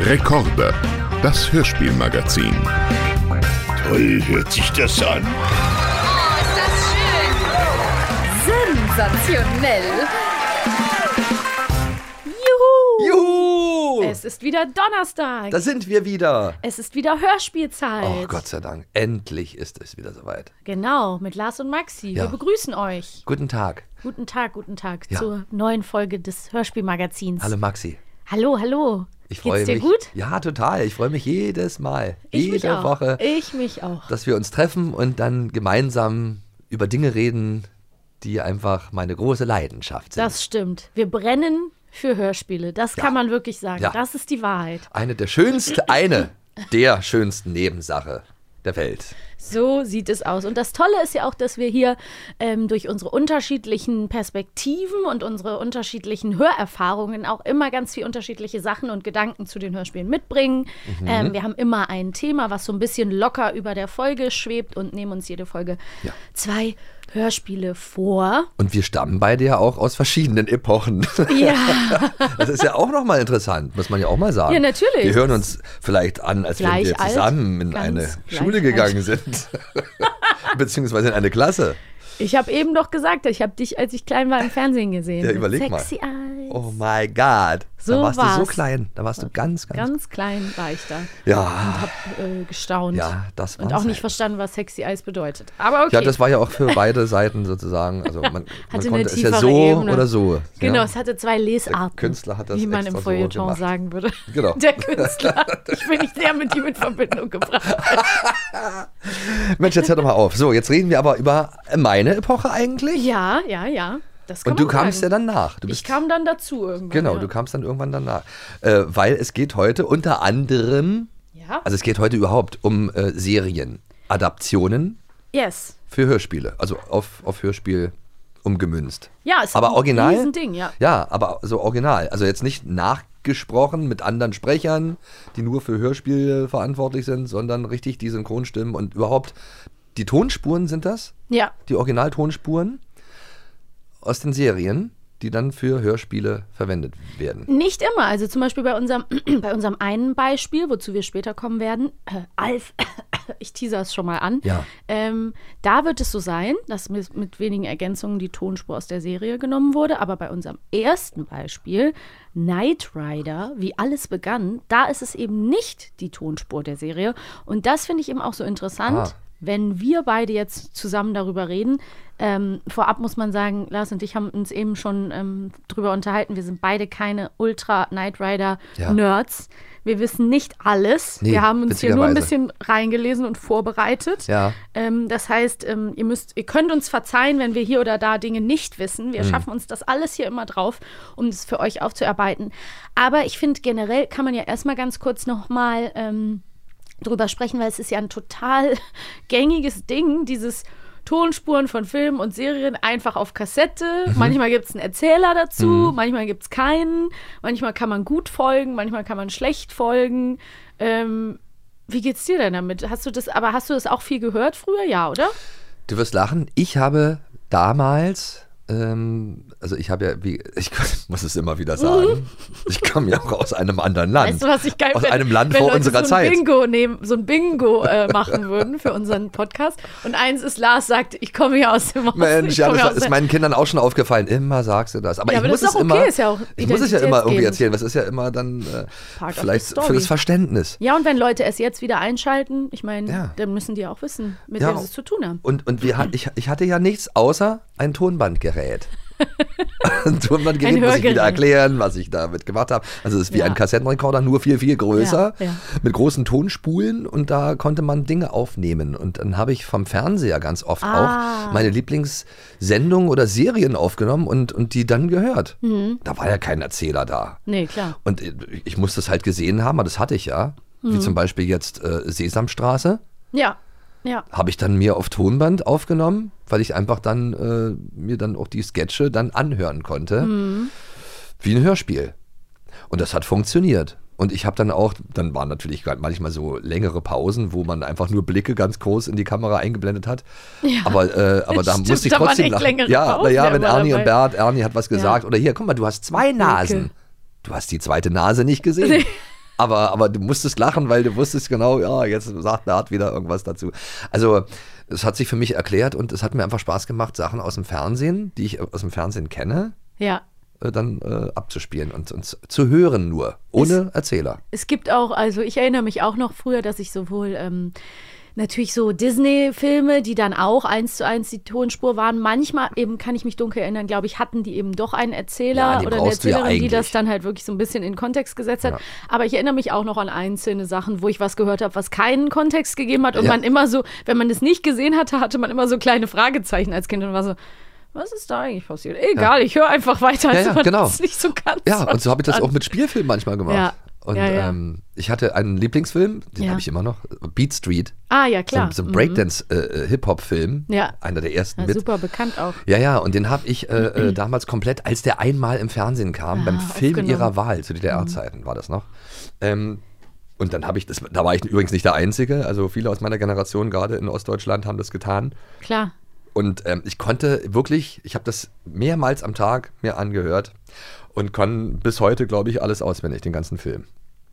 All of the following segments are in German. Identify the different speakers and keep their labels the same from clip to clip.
Speaker 1: Rekorde, das Hörspielmagazin.
Speaker 2: Toll hört sich das an.
Speaker 3: Oh, ist das schön! Sensationell!
Speaker 4: Juhu!
Speaker 5: Juhu!
Speaker 4: Es ist wieder Donnerstag.
Speaker 5: Da sind wir wieder.
Speaker 4: es ist wieder Hörspielzeit.
Speaker 5: Oh Gott sei Dank, endlich ist es wieder soweit.
Speaker 4: Genau, mit Lars und Maxi.
Speaker 5: Ja.
Speaker 4: Wir begrüßen euch.
Speaker 5: Guten Tag.
Speaker 4: Guten Tag, guten Tag
Speaker 5: Ja.
Speaker 4: zur neuen Folge des Hörspielmagazins.
Speaker 5: Hallo Maxi.
Speaker 4: hallo. hallo.
Speaker 5: Ich freue
Speaker 4: Geht's dir
Speaker 5: mich.
Speaker 4: gut?
Speaker 5: Ja, total. Ich freue mich jedes Mal,
Speaker 4: Ich
Speaker 5: jede
Speaker 4: mich auch.
Speaker 5: Woche,
Speaker 4: Ich mich auch.
Speaker 5: dass wir uns treffen und dann gemeinsam über Dinge reden, die einfach meine große Leidenschaft sind.
Speaker 4: Das stimmt. Wir brennen für Hörspiele. Das kann man wirklich sagen.
Speaker 5: Ja.
Speaker 4: Das ist die Wahrheit.
Speaker 5: eine der schönsten, eine der schönsten Nebensache der Welt.
Speaker 4: So sieht es aus. Und das Tolle ist ja auch, dass wir hier ähm, durch unsere unterschiedlichen Perspektiven und unsere unterschiedlichen Hörerfahrungen auch immer ganz viel unterschiedliche Sachen und Gedanken zu den Hörspielen mitbringen.
Speaker 5: Mhm.
Speaker 4: Ähm, wir haben immer ein Thema, was so ein bisschen locker über der Folge schwebt und nehmen uns jede Folge
Speaker 5: Ja.
Speaker 4: zwei Hörspiele vor.
Speaker 5: Und wir stammen beide ja auch aus verschiedenen Epochen.
Speaker 4: Ja,
Speaker 5: Das ist ja auch nochmal interessant, muss man ja auch mal sagen.
Speaker 4: Ja, natürlich.
Speaker 5: Wir hören uns vielleicht an, als wenn
Speaker 4: Gleich
Speaker 5: wir
Speaker 4: alt,
Speaker 5: zusammen in
Speaker 4: ganz
Speaker 5: eine
Speaker 4: gleich
Speaker 5: Schule
Speaker 4: alt.
Speaker 5: gegangen sind. Beziehungsweise in eine Klasse.
Speaker 4: ich habe eben doch gesagt, ich habe dich, als ich klein war, im Fernsehen gesehen.
Speaker 5: Ja,
Speaker 4: Mit
Speaker 5: überleg mal.
Speaker 4: Sexy Eyes.
Speaker 5: Oh my God. da
Speaker 4: So
Speaker 5: warst du so
Speaker 4: war's.
Speaker 5: klein. Da warst du ganz, ganz.
Speaker 4: Ganz klein war ich da.
Speaker 5: ja.
Speaker 4: äh, gestaunt.
Speaker 5: Ja, das
Speaker 4: Und
Speaker 5: war's
Speaker 4: auch nicht
Speaker 5: halt.
Speaker 4: verstanden, was Sexy Eyes bedeutet. Aber okay.
Speaker 5: Ja, das war ja auch für beide Seiten sozusagen. Also man, man
Speaker 4: Hatte
Speaker 5: konnte
Speaker 4: eine
Speaker 5: es ja
Speaker 4: tiefere
Speaker 5: so
Speaker 4: Ebene.
Speaker 5: oder so.
Speaker 4: Genau,
Speaker 5: ja.
Speaker 4: es hatte zwei Lesarten.
Speaker 5: Der Künstler hat das
Speaker 4: Wie man im
Speaker 5: extra so
Speaker 4: Feuilleton
Speaker 5: gemacht.
Speaker 4: sagen würde.
Speaker 5: Genau.
Speaker 4: Der Künstler. Ich bin nicht sehr mit ihm in Verbindung gebracht.
Speaker 5: Mensch, jetzt hör doch mal auf. So, jetzt reden wir aber über meine Epoche eigentlich.
Speaker 4: Ja, ja, ja. Das kann
Speaker 5: Und du
Speaker 4: man sagen.
Speaker 5: kamst ja dann nach. Du
Speaker 4: Ich
Speaker 5: bist
Speaker 4: kam dann dazu irgendwann.
Speaker 5: Genau,
Speaker 4: ja.
Speaker 5: du kamst dann irgendwann danach. Äh, weil es geht heute unter anderem,
Speaker 4: Ja.
Speaker 5: also es geht heute überhaupt um äh, Serien, Adaptionen
Speaker 4: Yes.
Speaker 5: für Hörspiele, also auf, auf Hörspiel umgemünzt.
Speaker 4: Ja, ist
Speaker 5: aber
Speaker 4: ein
Speaker 5: original.
Speaker 4: Riesending, ja.
Speaker 5: Ja, aber so original. Also jetzt nicht nachgesprochen mit anderen Sprechern, die nur für Hörspiele verantwortlich sind, sondern richtig die Synchronstimmen und überhaupt die Tonspuren sind das,
Speaker 4: Ja.
Speaker 5: die Originaltonspuren aus den Serien, die dann für Hörspiele verwendet werden.
Speaker 4: Nicht immer. Also zum Beispiel bei unserem, bei unserem einen Beispiel, wozu wir später kommen werden, äh, Alf, ich teaser es schon mal an.
Speaker 5: Ja.
Speaker 4: Ähm, da wird es so sein, dass mit, mit wenigen Ergänzungen die Tonspur aus der Serie genommen wurde. Aber bei unserem ersten Beispiel, Knight Rider, wie alles begann, da ist es eben nicht die Tonspur der Serie. Und das finde ich eben auch so interessant.
Speaker 5: Ah.
Speaker 4: Wenn wir beide jetzt zusammen darüber reden, ähm, vorab muss man sagen, Lars und ich haben uns eben schon ähm, drüber unterhalten. Wir sind beide keine Ultra Knight Rider
Speaker 5: Ja.
Speaker 4: Nerds. Wir wissen nicht alles.
Speaker 5: Nee,
Speaker 4: wir haben uns hier nur ein
Speaker 5: witzigerweise.
Speaker 4: bisschen reingelesen und vorbereitet.
Speaker 5: Ja.
Speaker 4: Ähm, das heißt, ähm, ihr, müsst, ihr könnt uns verzeihen, wenn wir hier oder da Dinge nicht wissen. Wir schaffen uns das alles hier immer drauf, um es für euch aufzuarbeiten. Aber ich finde, generell kann man ja erstmal ganz kurz nochmal ähm, drüber sprechen, weil es ist ja ein total gängiges Ding, dieses. Tonspuren von Filmen und Serien einfach auf Kassette. Manchmal gibt es einen Erzähler dazu, manchmal gibt es keinen. Manchmal kann man gut folgen, manchmal kann man schlecht folgen. Ähm, wie geht's dir denn damit? Hast du das, aber hast du das auch viel gehört früher? Ja, oder?
Speaker 5: Du wirst lachen. Ich habe damals, ähm, also ich habe ja, wie, ich muss es immer wieder sagen, ich komme ja auch aus einem anderen Land.
Speaker 4: Mhm. Weißt du, was ich geil
Speaker 5: Aus
Speaker 4: find?
Speaker 5: einem Land
Speaker 4: Wenn
Speaker 5: vor
Speaker 4: Leute
Speaker 5: unserer
Speaker 4: so ein
Speaker 5: Zeit.
Speaker 4: Bingo nehmen, so ein Bingo äh, machen würden für unseren Podcast. Und eins ist, Lars sagt, ich komme hier aus dem Osten.
Speaker 5: Mensch,
Speaker 4: ich
Speaker 5: ja,
Speaker 4: komme hier
Speaker 5: das
Speaker 4: aus
Speaker 5: ist
Speaker 4: der-
Speaker 5: meinen Kindern auch schon aufgefallen. Immer sagst du das. Aber,
Speaker 4: Ja,
Speaker 5: ich
Speaker 4: aber
Speaker 5: muss
Speaker 4: das ist
Speaker 5: es
Speaker 4: auch okay,
Speaker 5: immer,
Speaker 4: ist ja auch
Speaker 5: ich muss es ja immer irgendwie
Speaker 4: identitätsgebend.
Speaker 5: erzählen, weil es ist ja immer dann äh,
Speaker 4: Part of the
Speaker 5: vielleicht
Speaker 4: story.
Speaker 5: für das Verständnis.
Speaker 4: ja, und wenn Leute es jetzt wieder einschalten, ich meine,
Speaker 5: Ja.
Speaker 4: dann müssen die auch wissen, mit
Speaker 5: Ja.
Speaker 4: wem sie es zu tun haben.
Speaker 5: Und, und wir, hat- ich, ich hatte ja nichts außer ein Tonbandgerät. ein Tonbandgerät
Speaker 4: Ein
Speaker 5: muss ich
Speaker 4: Hörgerät.
Speaker 5: wieder erklären, was ich damit gemacht habe. Also es ist wie
Speaker 4: Ja.
Speaker 5: ein Kassettenrekorder, nur viel, viel größer,
Speaker 4: Ja, ja.
Speaker 5: mit großen Tonspulen und da konnte man Dinge aufnehmen. Und dann habe ich vom Fernseher ganz oft
Speaker 4: Ah.
Speaker 5: auch meine Lieblingssendungen oder Serien aufgenommen und, und die dann gehört.
Speaker 4: Mhm.
Speaker 5: Da war ja kein Erzähler da.
Speaker 4: Nee, klar.
Speaker 5: Und ich- ich muss das halt gesehen haben, aber das hatte ich ja.
Speaker 4: Mhm.
Speaker 5: Wie zum Beispiel jetzt äh, Sesamstraße
Speaker 4: Ja, ja.
Speaker 5: habe ich dann mir auf Tonband aufgenommen, weil ich einfach dann äh, mir dann auch die Sketche dann anhören konnte,
Speaker 4: Mhm.
Speaker 5: wie ein Hörspiel. Und das hat funktioniert. Und ich habe dann auch, dann waren natürlich grad manchmal so längere Pausen, wo man einfach nur Blicke ganz groß in die Kamera eingeblendet hat. aber äh, aber da
Speaker 4: stimmt,
Speaker 5: musste ich
Speaker 4: da waren
Speaker 5: trotzdem
Speaker 4: echt
Speaker 5: lachen.
Speaker 4: längere
Speaker 5: Ja,
Speaker 4: Pausen
Speaker 5: naja,
Speaker 4: immer
Speaker 5: wenn Ernie und
Speaker 4: dabei.
Speaker 5: Bert, Ernie hat was gesagt. Oder hier, guck mal, du hast zwei Nasen. Du hast die zweite Nase nicht gesehen. Aber, aber du musstest lachen, weil du wusstest genau, ja, jetzt sagt der Art wieder irgendwas dazu. Also, es hat sich für mich erklärt und es hat mir einfach Spaß gemacht, Sachen aus dem Fernsehen, die ich aus dem Fernsehen kenne,
Speaker 4: Ja.
Speaker 5: äh, dann äh, abzuspielen und, und zu hören nur, ohne Erzähler.
Speaker 4: Es gibt auch, also ich erinnere mich auch noch früher, dass ich sowohl ähm, natürlich so Disney-Filme, die dann auch eins zu eins die Tonspur waren, manchmal eben kann ich mich dunkel erinnern, glaube ich, hatten die eben doch einen
Speaker 5: Ja,
Speaker 4: Erzähler
Speaker 5: die
Speaker 4: oder eine
Speaker 5: brauchst du ja
Speaker 4: Erzählerin, die das
Speaker 5: eigentlich.
Speaker 4: dann halt wirklich so ein bisschen in Kontext gesetzt hat.
Speaker 5: Ja.
Speaker 4: Aber ich erinnere mich auch noch an einzelne Sachen, wo ich was gehört habe, was keinen Kontext gegeben hat und
Speaker 5: Ja.
Speaker 4: man immer so, wenn man es nicht gesehen hatte, hatte man immer so kleine Fragezeichen als Kind und war so. Was ist da eigentlich passiert? Egal, ich höre einfach weiter, als
Speaker 5: ja,
Speaker 4: man
Speaker 5: genau.
Speaker 4: das nicht so ganz
Speaker 5: Ja, und so habe ich das
Speaker 4: verstanden.
Speaker 5: auch mit Spielfilmen manchmal gemacht.
Speaker 4: Ja.
Speaker 5: Und
Speaker 4: Ja, ja.
Speaker 5: Ähm, ich hatte einen Lieblingsfilm, den
Speaker 4: Ja.
Speaker 5: habe ich immer noch, Beat Street.
Speaker 4: Ah, ja, klar.
Speaker 5: So, so ein
Speaker 4: Mhm.
Speaker 5: Breakdance-Hip-Hop-Film.
Speaker 4: Ja.
Speaker 5: Einer der ersten
Speaker 4: Ja,
Speaker 5: mit.
Speaker 4: super bekannt auch.
Speaker 5: Ja, ja, und den habe ich äh, äh, damals komplett, als der einmal im Fernsehen
Speaker 4: Mhm.
Speaker 5: kam,
Speaker 4: Ah, Mhm.
Speaker 5: beim Film
Speaker 4: aufgenommen.
Speaker 5: ihrer Wahl, zu DDR-Zeiten war das noch. Ähm, und dann habe ich das, da war ich übrigens nicht der Einzige, also viele aus meiner Generation, gerade in Ostdeutschland, haben das getan.
Speaker 4: Klar.
Speaker 5: Und ähm, ich konnte wirklich, ich habe das mehrmals am Tag mir angehört und kann bis heute, glaube ich, alles auswendig, den ganzen Film.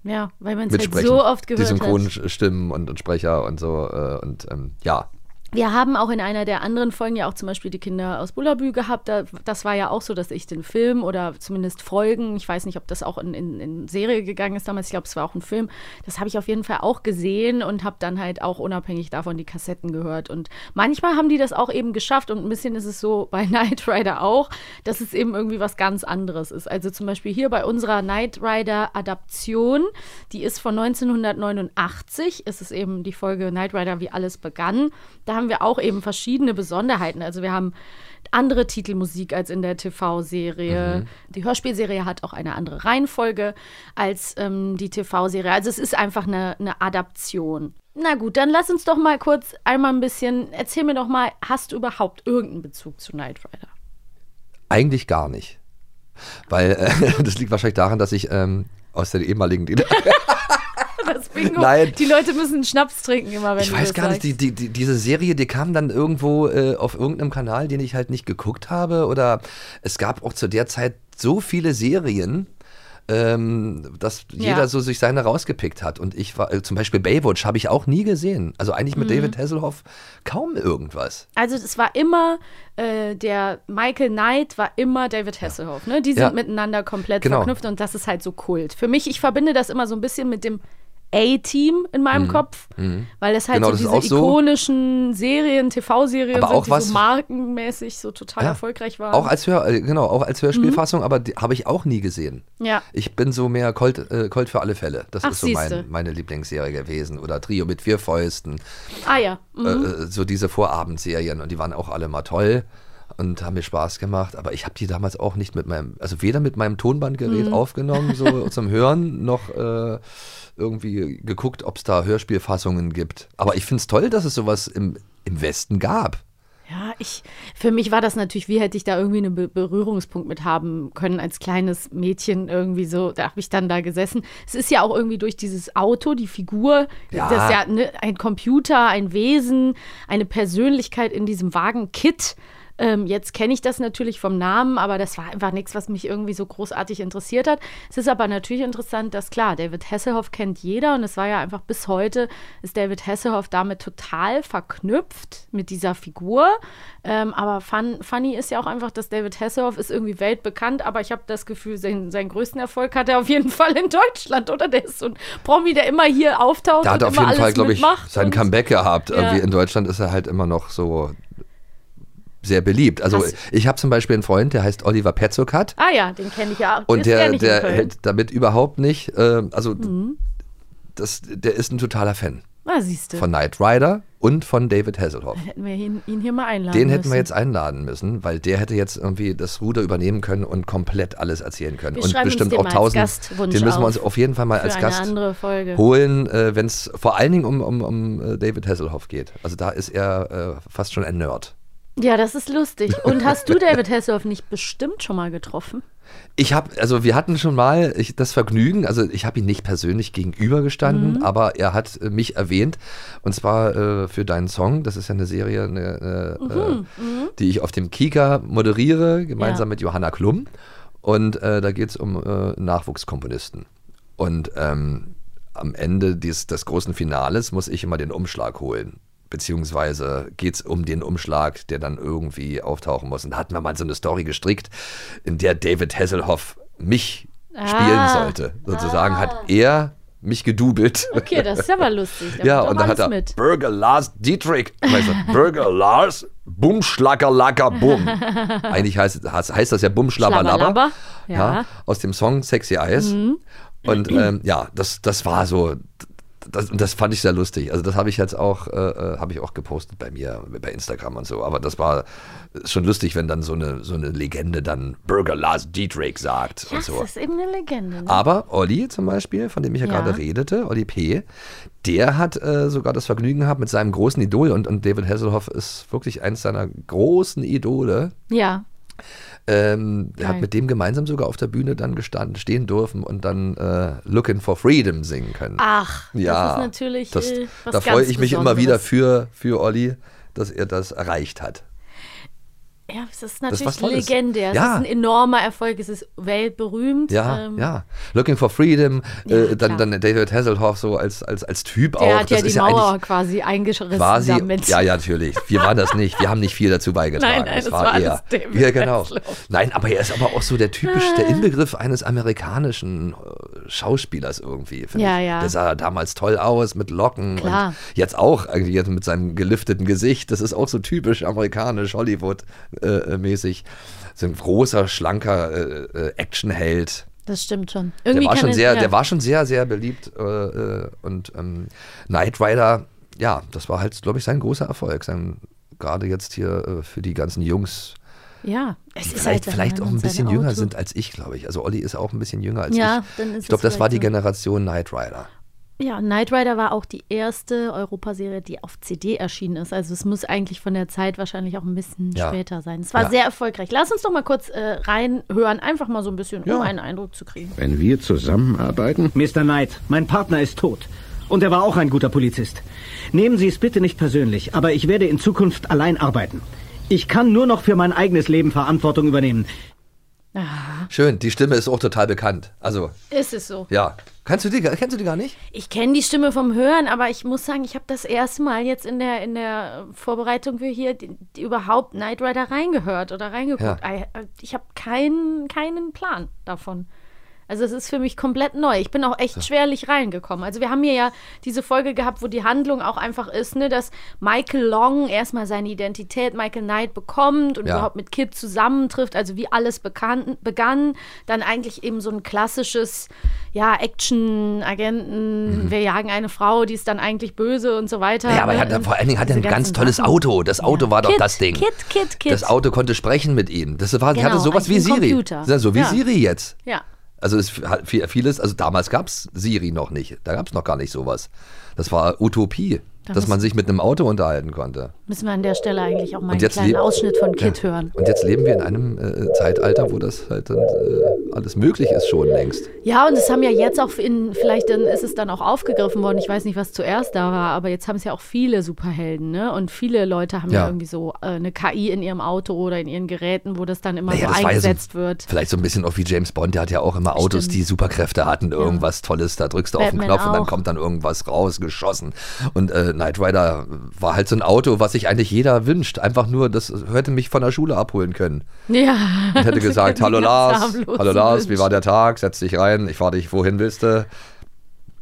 Speaker 4: Ja, weil man es halt
Speaker 5: Mitsprechen.
Speaker 4: so oft gehört
Speaker 5: Die
Speaker 4: hat.
Speaker 5: Synchronstimmen und, und Sprecher und so. Äh, und ähm, ja,
Speaker 4: Wir haben auch in einer der anderen Folgen ja auch zum Beispiel die Kinder aus Bullabü gehabt. Da, das war ja auch so, dass ich den Film oder zumindest Folgen, ich weiß nicht, ob das auch in, in, in Serie gegangen ist damals, ich glaube, es war auch ein Film, das habe ich auf jeden Fall auch gesehen und habe dann halt auch unabhängig davon die Kassetten gehört. Und manchmal haben die das auch eben geschafft und ein bisschen ist es so bei Knight Rider auch, dass es eben irgendwie was ganz anderes ist. Also zum Beispiel hier bei unserer Knight Rider Adaption, die ist von 1989, es ist eben die Folge Knight Rider, wie alles begann. Da haben wir auch eben verschiedene Besonderheiten. Also wir haben andere Titelmusik als in der TV-Serie. Die Hörspielserie hat auch eine andere Reihenfolge als ähm, die TV-Serie. Also es ist einfach eine, eine Adaption. Na gut, dann lass uns doch mal kurz einmal ein bisschen, erzähl mir doch mal, hast du überhaupt irgendeinen Bezug zu Knight Rider?
Speaker 5: eigentlich gar nicht. Weil äh, das liegt wahrscheinlich daran, dass ich ähm, aus der ehemaligen DDR
Speaker 4: Das Bingo.
Speaker 5: Nein.
Speaker 4: Die Leute müssen Schnaps trinken immer, wenn
Speaker 5: Ich
Speaker 4: du
Speaker 5: weiß
Speaker 4: das
Speaker 5: gar
Speaker 4: sagst.
Speaker 5: nicht, die, die, die, diese Serie, die kam dann irgendwo äh, auf irgendeinem Kanal, den ich halt nicht geguckt habe. Oder es gab auch zu der Zeit so viele Serien, ähm, dass
Speaker 4: Ja.
Speaker 5: jeder so sich seine rausgepickt hat. Und ich war, äh, zum Beispiel Baywatch habe ich auch nie gesehen. Also eigentlich
Speaker 4: Mhm.
Speaker 5: mit David Hasselhoff kaum irgendwas.
Speaker 4: Also es war immer, äh, der Michael Knight war immer David Hasselhoff. Ne? Die sind
Speaker 5: Ja.
Speaker 4: miteinander komplett
Speaker 5: Genau.
Speaker 4: verknüpft und das ist halt so Kult. Für mich, ich verbinde das immer so ein bisschen mit dem A-Team in meinem Kopf, weil das halt
Speaker 5: Mhm. Genau, das
Speaker 4: so
Speaker 5: ist
Speaker 4: diese
Speaker 5: auch so.
Speaker 4: ikonischen Serien, TV-Serien
Speaker 5: Aber
Speaker 4: sind,
Speaker 5: auch
Speaker 4: die
Speaker 5: was-
Speaker 4: so markenmäßig so total
Speaker 5: Ah Ja.
Speaker 4: erfolgreich waren. Mhm.
Speaker 5: Auch als Hör, äh, genau, auch als Hörspielfassung, aber die habe ich auch nie gesehen.
Speaker 4: Ja.
Speaker 5: Ich bin so mehr Colt, äh, Colt für alle Fälle. Das
Speaker 4: Ach,
Speaker 5: ist so mein,
Speaker 4: siehste.
Speaker 5: meine Lieblingsserie gewesen. Oder Trio mit vier Fäusten.
Speaker 4: ah ja, mhm.
Speaker 5: äh, so diese Vorabendserien und die waren auch alle mal toll und haben mir Spaß gemacht, aber ich habe die damals auch nicht mit meinem, also weder mit meinem
Speaker 4: Mhm.
Speaker 5: Tonbandgerät aufgenommen, so zum Hören, noch äh, irgendwie geguckt, ob es da Hörspielfassungen gibt. Aber ich finde es toll, dass es sowas im, im Westen gab.
Speaker 4: Ja, ich, für mich war das natürlich, wie hätte ich da irgendwie einen Be Berührungspunkt mit haben können als kleines Mädchen irgendwie so, da habe ich dann da gesessen. Es ist ja auch irgendwie durch dieses Auto, die Figur,
Speaker 5: Ja.
Speaker 4: das ist ja ne, ein Computer, ein Wesen, eine Persönlichkeit in diesem Wagen-Kit. Ähm, jetzt kenne ich das natürlich vom Namen, aber das war einfach nichts, was mich irgendwie so großartig interessiert hat. Es ist aber natürlich interessant, dass klar, David Hasselhoff kennt jeder und es war ja einfach bis heute, ist David Hasselhoff damit total verknüpft mit dieser Figur. Ähm, aber fun, funny ist ja auch einfach, dass David Hasselhoff ist irgendwie weltbekannt, aber ich habe das Gefühl, sein, seinen größten Erfolg hat er auf jeden Fall in Deutschland, oder? Der ist so ein Promi, der immer hier auftaucht
Speaker 5: Da
Speaker 4: und
Speaker 5: hat er auf
Speaker 4: immer
Speaker 5: jeden
Speaker 4: alles
Speaker 5: Fall, glaube ich,
Speaker 4: mitmacht
Speaker 5: sein
Speaker 4: und-
Speaker 5: Comeback gehabt.
Speaker 4: Ja.
Speaker 5: Irgendwie in Deutschland ist er halt immer noch so sehr beliebt. Also
Speaker 4: Hast-
Speaker 5: ich habe zum Beispiel einen Freund, der heißt Oliver Petzokat.
Speaker 4: Ah ja, den kenne ich ja. auch.
Speaker 5: Und
Speaker 4: Ist ja
Speaker 5: der,
Speaker 4: nicht in
Speaker 5: der
Speaker 4: Köln. Mhm.
Speaker 5: hält damit überhaupt nicht, äh, also das, der ist ein totaler Fan
Speaker 4: Na, Ah, siehst du.
Speaker 5: von Knight Rider und von David Hasselhoff.
Speaker 4: Hätten wir ihn, ihn hier mal einladen
Speaker 5: Den hätten wir jetzt
Speaker 4: müssen.
Speaker 5: einladen müssen, weil der hätte jetzt irgendwie das Ruder übernehmen können und komplett alles erzählen können.
Speaker 4: Wir
Speaker 5: und
Speaker 4: schreiben uns
Speaker 5: bestimmt
Speaker 4: den
Speaker 5: auch
Speaker 4: mal als
Speaker 5: tausend.
Speaker 4: Gastwunsch
Speaker 5: Den müssen wir uns
Speaker 4: auf.
Speaker 5: auf jeden Fall mal
Speaker 4: Für
Speaker 5: als
Speaker 4: eine
Speaker 5: Gast
Speaker 4: andere Folge.
Speaker 5: holen, äh, wenn es vor allen Dingen um, um, um äh, David Hasselhoff geht. Also da ist er äh, fast schon ein Nerd.
Speaker 4: Ja, das ist lustig. Und hast du David Hasselhoff nicht bestimmt schon mal getroffen?
Speaker 5: Ich habe, also wir hatten schon mal ich, das Vergnügen, also ich habe ihn nicht persönlich gegenübergestanden, aber er hat äh, mich erwähnt und zwar äh, für deinen Song, das ist ja eine Serie, eine, äh, äh, die ich auf dem Kika moderiere, gemeinsam
Speaker 4: Ja.
Speaker 5: mit Johanna Klum und äh, da geht es um äh, Nachwuchskomponisten. Und ähm, am Ende des, des großen Finales muss ich immer den Umschlag holen. Beziehungsweise geht es um den Umschlag, der dann irgendwie auftauchen muss. Und da hatten wir mal so eine Story gestrickt, in der David Hasselhoff mich
Speaker 4: Ah.
Speaker 5: spielen sollte. Sozusagen hat er mich gedubelt.
Speaker 4: Okay, das ist ja mal lustig. Da
Speaker 5: Ja,
Speaker 4: kommt
Speaker 5: und
Speaker 4: doch
Speaker 5: dann hat er
Speaker 4: alles mit.
Speaker 5: Burger Lars Dietrich. Weißt du, Burger Lars, Bum, Schlacker, Lacker, Bum. Eigentlich heißt, heißt heißt das ja Bum, Schlabber, Labber.
Speaker 4: Schlabberlabber,
Speaker 5: Ja.
Speaker 4: ja. Mhm.
Speaker 5: Aus dem Song Sexy Eyes. Und ähm, ja, das, das war so. Das, und das fand ich sehr lustig. Also das habe ich jetzt auch, äh, äh, habe ich auch gepostet bei mir, bei Instagram und so. Aber das war schon lustig, wenn dann so eine, so eine Legende dann Burger Lars Dietrich sagt
Speaker 4: Ja,
Speaker 5: und so. Ah.
Speaker 4: Das ist eben eine Legende. Ne?
Speaker 5: Aber Olli zum Beispiel, von dem ich ja,
Speaker 4: Ja.
Speaker 5: gerade redete, Olli P., der hat äh, sogar das Vergnügen gehabt mit seinem großen Idol und, und David Hasselhoff ist wirklich eins seiner großen Idole.
Speaker 4: Ja.
Speaker 5: Ähm, er hat
Speaker 4: Geil.
Speaker 5: mit dem gemeinsam sogar auf der Bühne dann gestanden, stehen dürfen und dann äh, Looking for Freedom singen können.
Speaker 4: Ach,
Speaker 5: ja,
Speaker 4: Ah, das ist natürlich.
Speaker 5: das-
Speaker 4: äh, was
Speaker 5: Da
Speaker 4: ganz
Speaker 5: freue ich mich immer wieder
Speaker 4: Besonderes.
Speaker 5: für, für Olli, dass er das erreicht hat.
Speaker 4: Ja, es ist
Speaker 5: ist
Speaker 4: natürlich
Speaker 5: was Tolles.
Speaker 4: legendär. Es
Speaker 5: Ja.
Speaker 4: ist ein enormer Erfolg. Es ist weltberühmt.
Speaker 5: Ja,
Speaker 4: Ähm,
Speaker 5: ja. Looking for Freedom, äh, dann,
Speaker 4: klar.
Speaker 5: dann David Hasselhoff so als, als, als Typ auch.
Speaker 4: Der hat ja
Speaker 5: Oh, das
Speaker 4: die
Speaker 5: ist eigentlich-
Speaker 4: Mauer quasi eingerissen
Speaker 5: quasi.
Speaker 4: damit.
Speaker 5: Ja, ja, natürlich. Wir waren das nicht. Wir haben nicht viel dazu beigetragen.
Speaker 4: Nein, nein,
Speaker 5: es
Speaker 4: das
Speaker 5: war,
Speaker 4: war
Speaker 5: er.
Speaker 4: alles David
Speaker 5: ja, genau.
Speaker 4: Hasselhoff.
Speaker 5: Nein, aber er ist aber auch so der typisch,
Speaker 4: Ah.
Speaker 5: der Inbegriff eines amerikanischen äh, Schauspielers irgendwie, finde
Speaker 4: Ja,
Speaker 5: ich.
Speaker 4: ja.
Speaker 5: Der sah damals toll aus mit Locken
Speaker 4: Klar.
Speaker 5: und jetzt auch eigentlich jetzt mit seinem gelifteten Gesicht. Das ist auch so typisch amerikanisch, Hollywood-mäßig. so ein großer, schlanker äh, äh, Actionheld.
Speaker 4: Das stimmt schon.
Speaker 5: Der
Speaker 4: Irgendwie
Speaker 5: war,
Speaker 4: kann
Speaker 5: schon
Speaker 4: es-
Speaker 5: sehr,
Speaker 4: ja.
Speaker 5: der war schon sehr, sehr beliebt. Äh, äh, und ähm, Knight Rider, ja, das war halt, glaube ich, sein großer Erfolg. Sein, gerade jetzt hier äh, für die ganzen Jungs,
Speaker 4: Ja, es
Speaker 5: die
Speaker 4: ist
Speaker 5: vielleicht,
Speaker 4: halt
Speaker 5: vielleicht
Speaker 4: dann
Speaker 5: auch ein bisschen
Speaker 4: sein
Speaker 5: jünger
Speaker 4: Auto.
Speaker 5: sind als ich, glaube ich. Also Olli ist auch ein bisschen jünger als
Speaker 4: Ja,
Speaker 5: ich.
Speaker 4: dann ist
Speaker 5: ich glaube,
Speaker 4: es
Speaker 5: das war die
Speaker 4: vielleicht so.
Speaker 5: Generation Knight Rider.
Speaker 4: Ja, und Knight Rider war auch die erste Europaserie, die auf CD erschienen ist. Also es muss eigentlich von der Zeit wahrscheinlich auch ein bisschen
Speaker 5: Ja.
Speaker 4: später sein. Es war
Speaker 5: Ja.
Speaker 4: sehr erfolgreich. Lass uns doch mal kurz äh, reinhören, einfach mal so ein bisschen, um einen Eindruck zu kriegen.
Speaker 6: Wenn wir zusammenarbeiten?
Speaker 7: Mr. Knight, mein Partner ist tot. Und er war auch ein guter Polizist. Nehmen Sie es bitte nicht persönlich, aber ich werde in Zukunft allein arbeiten. Ich kann nur noch für mein eigenes Leben Verantwortung übernehmen.
Speaker 5: Schön, die Stimme ist auch total bekannt. Also,
Speaker 4: Ah, Ist es so.
Speaker 5: ja. Kannst du die, kennst du die gar nicht?
Speaker 4: Ich kenne die Stimme vom Hören, aber ich muss sagen, ich habe das erste Mal jetzt in der, in der Vorbereitung für hier die, die überhaupt Knight Rider reingehört oder reingeguckt.
Speaker 5: Ja.
Speaker 4: I- äh, Ich habe keinen, keinen Plan davon. Also es ist für mich komplett neu. Ich bin auch echt schwerlich reingekommen. Also wir haben hier ja diese Folge gehabt, wo die Handlung auch einfach ist, ne, dass Michael Long erstmal seine Identität Michael Knight bekommt und
Speaker 5: Ja.
Speaker 4: überhaupt mit Kid zusammentrifft, also wie alles bekannt, begann, dann eigentlich eben so ein klassisches, ja, Action-Agenten, wir jagen eine Frau, die ist dann eigentlich böse und so weiter.
Speaker 5: Ja, Mhm. aber er
Speaker 4: ne,
Speaker 5: hat,
Speaker 4: und
Speaker 5: vor allen Dingen hat er
Speaker 4: diese
Speaker 5: ein ganz
Speaker 4: ganzen
Speaker 5: tolles
Speaker 4: Sachen.
Speaker 5: Auto. Das Auto
Speaker 4: Ja.
Speaker 5: war doch
Speaker 4: Kit,
Speaker 5: das Ding.
Speaker 4: Kit, Kit, Kit.
Speaker 5: Das Auto konnte sprechen mit ihm. Das war,
Speaker 4: Genau,
Speaker 5: hatte sowas wie
Speaker 4: eigentlich ein
Speaker 5: Siri.
Speaker 4: Computer.
Speaker 5: Ja, So wie
Speaker 4: Ja.
Speaker 5: Siri jetzt.
Speaker 4: Ja.
Speaker 5: Also es hat viel- vieles, also damals gab es Siri noch nicht. Da gab es noch gar nicht sowas. Das war Utopie,
Speaker 4: Da
Speaker 5: dass
Speaker 4: muss-
Speaker 5: man sich mit einem Auto unterhalten konnte.
Speaker 4: Müssen wir an der Stelle eigentlich auch mal
Speaker 5: Und
Speaker 4: einen
Speaker 5: jetzt
Speaker 4: kleinen
Speaker 5: le-
Speaker 4: Ausschnitt von Kit
Speaker 5: Ja.
Speaker 4: hören.
Speaker 5: Und jetzt leben wir in einem äh, Zeitalter, wo das halt dann äh, alles möglich ist schon längst.
Speaker 4: Ja, und es haben ja jetzt auch in, vielleicht dann ist es dann auch aufgegriffen worden. Ich weiß nicht, was zuerst da war, aber jetzt haben es ja auch viele Superhelden, ne? Und viele Leute haben ja,
Speaker 5: Ja.
Speaker 4: irgendwie so äh, eine KI in ihrem Auto oder in ihren Geräten, wo das dann immer
Speaker 5: Naja,
Speaker 4: so
Speaker 5: das war ja so-
Speaker 4: eingesetzt wird.
Speaker 5: Vielleicht so ein bisschen auch wie James Bond, der hat ja auch immer Autos, die Superkräfte hatten, irgendwas Tolles, da drückst du auf den
Speaker 4: Batman
Speaker 5: Knopf und dann
Speaker 4: auch.
Speaker 5: kommt dann irgendwas raus, geschossen. Und äh, Knight Rider war halt so ein Auto, was sich eigentlich jeder wünscht. Einfach nur, das hätte mich von der Schule abholen können.
Speaker 4: Ja.
Speaker 5: Ich hätte gesagt, hallo Lars, hallo Lars, wie war der Tag? Setz dich rein, ich fahre dich wohin willst du.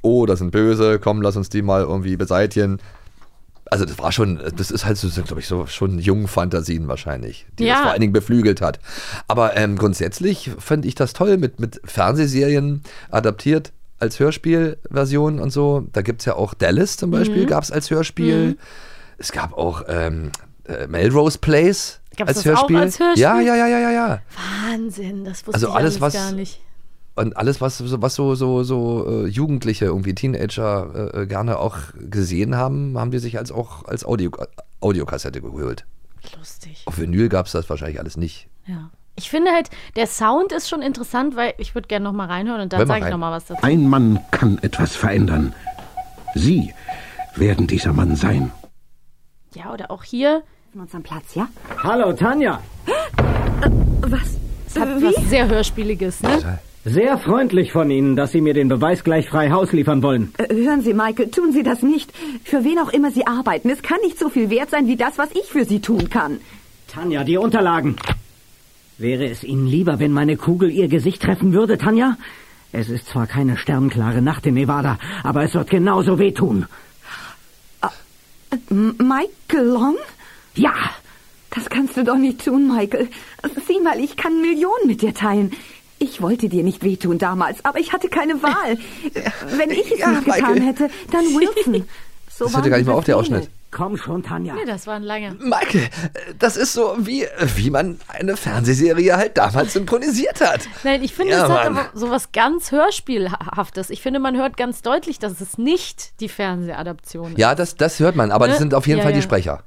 Speaker 5: Oh, das sind Böse, komm, lass uns die mal irgendwie beseitigen. Also das war schon, das ist halt so, glaube ich, so schon jungen Fantasien wahrscheinlich, die
Speaker 4: Ja.
Speaker 5: das vor allen Dingen beflügelt hat. Aber ähm, grundsätzlich fand ich das toll mit, mit Fernsehserien adaptiert als Hörspielversion und so. Da gibt es ja auch Dallas zum Beispiel,
Speaker 4: Mhm.
Speaker 5: gab es als Hörspiel. Es gab auch ähm, äh, Melrose Place
Speaker 4: Gab's
Speaker 5: als,
Speaker 4: das auch
Speaker 5: Hörspiel.
Speaker 4: als Hörspiel?
Speaker 5: Ja, ja, ja, ja, ja, ja.
Speaker 4: Wahnsinn, das wusste
Speaker 5: Also
Speaker 4: ich
Speaker 5: alles,
Speaker 4: alles,
Speaker 5: was-
Speaker 4: gar nicht.
Speaker 5: Und alles, was, so- was so, so, so äh, Jugendliche, irgendwie Teenager äh, äh, gerne auch gesehen haben, haben die sich als auch als Audio, äh, Audiokassette geholt.
Speaker 4: Lustig.
Speaker 5: Auf Vinyl gab es das wahrscheinlich alles nicht.
Speaker 4: Ja. Ich finde halt, der Sound ist schon interessant, weil ich würde gerne nochmal reinhören und
Speaker 5: Hör
Speaker 4: dann
Speaker 5: mal
Speaker 4: sage ich
Speaker 5: rein.
Speaker 4: nochmal was dazu.
Speaker 6: Ein Mann kann etwas verändern. Sie werden dieser Mann sein.
Speaker 4: Ja, oder auch hier.
Speaker 8: uns am Platz, ja?
Speaker 7: Hallo, Tanja.
Speaker 8: Was?
Speaker 4: Es hat was sehr Hörspieliges, ne?
Speaker 5: Total.
Speaker 7: Sehr freundlich von Ihnen, dass Sie mir den Beweis gleich frei Haus liefern wollen.
Speaker 8: Äh, Hören Sie, Michael, tun Sie das nicht. Für wen auch immer Sie arbeiten, es kann nicht so viel wert sein wie das, was ich für Sie tun kann.
Speaker 7: Tanja, die Unterlagen. Wäre es Ihnen lieber, wenn meine Kugel Ihr Gesicht treffen würde, Tanja? Es ist zwar keine sternklare Nacht in Nevada, aber es wird genauso wehtun.
Speaker 8: M Michael Long?
Speaker 7: Ja,
Speaker 8: Das kannst du doch nicht tun, Michael. Sieh mal, ich kann Millionen mit dir teilen. Ich wollte dir nicht wehtun damals, aber ich hatte keine Wahl. Wenn ich es
Speaker 5: Ja,
Speaker 8: nicht getan
Speaker 5: Michael.
Speaker 8: hätte, dann Wilson. So
Speaker 5: Das
Speaker 8: waren
Speaker 5: hört ja gar nicht mal
Speaker 8: diese
Speaker 5: auf, der
Speaker 8: Pläne.
Speaker 5: Ausschnitt.
Speaker 7: komm schon, Tanja.
Speaker 4: Nee, das war ein langer.
Speaker 5: Michael, das ist so wie, wie man eine Fernsehserie halt damals synchronisiert hat.
Speaker 4: Nein, ich finde,
Speaker 5: Ja,
Speaker 4: es hat
Speaker 5: Mann.
Speaker 4: aber so was ganz Hörspielhaftes. Ich finde, man hört ganz deutlich, dass es nicht die Fernsehadaption
Speaker 5: Ja, das, das hört man, aber das
Speaker 4: Ne?
Speaker 5: sind auf jeden
Speaker 4: Ja,
Speaker 5: Fall
Speaker 4: ja.
Speaker 5: die Sprecher.
Speaker 4: ist.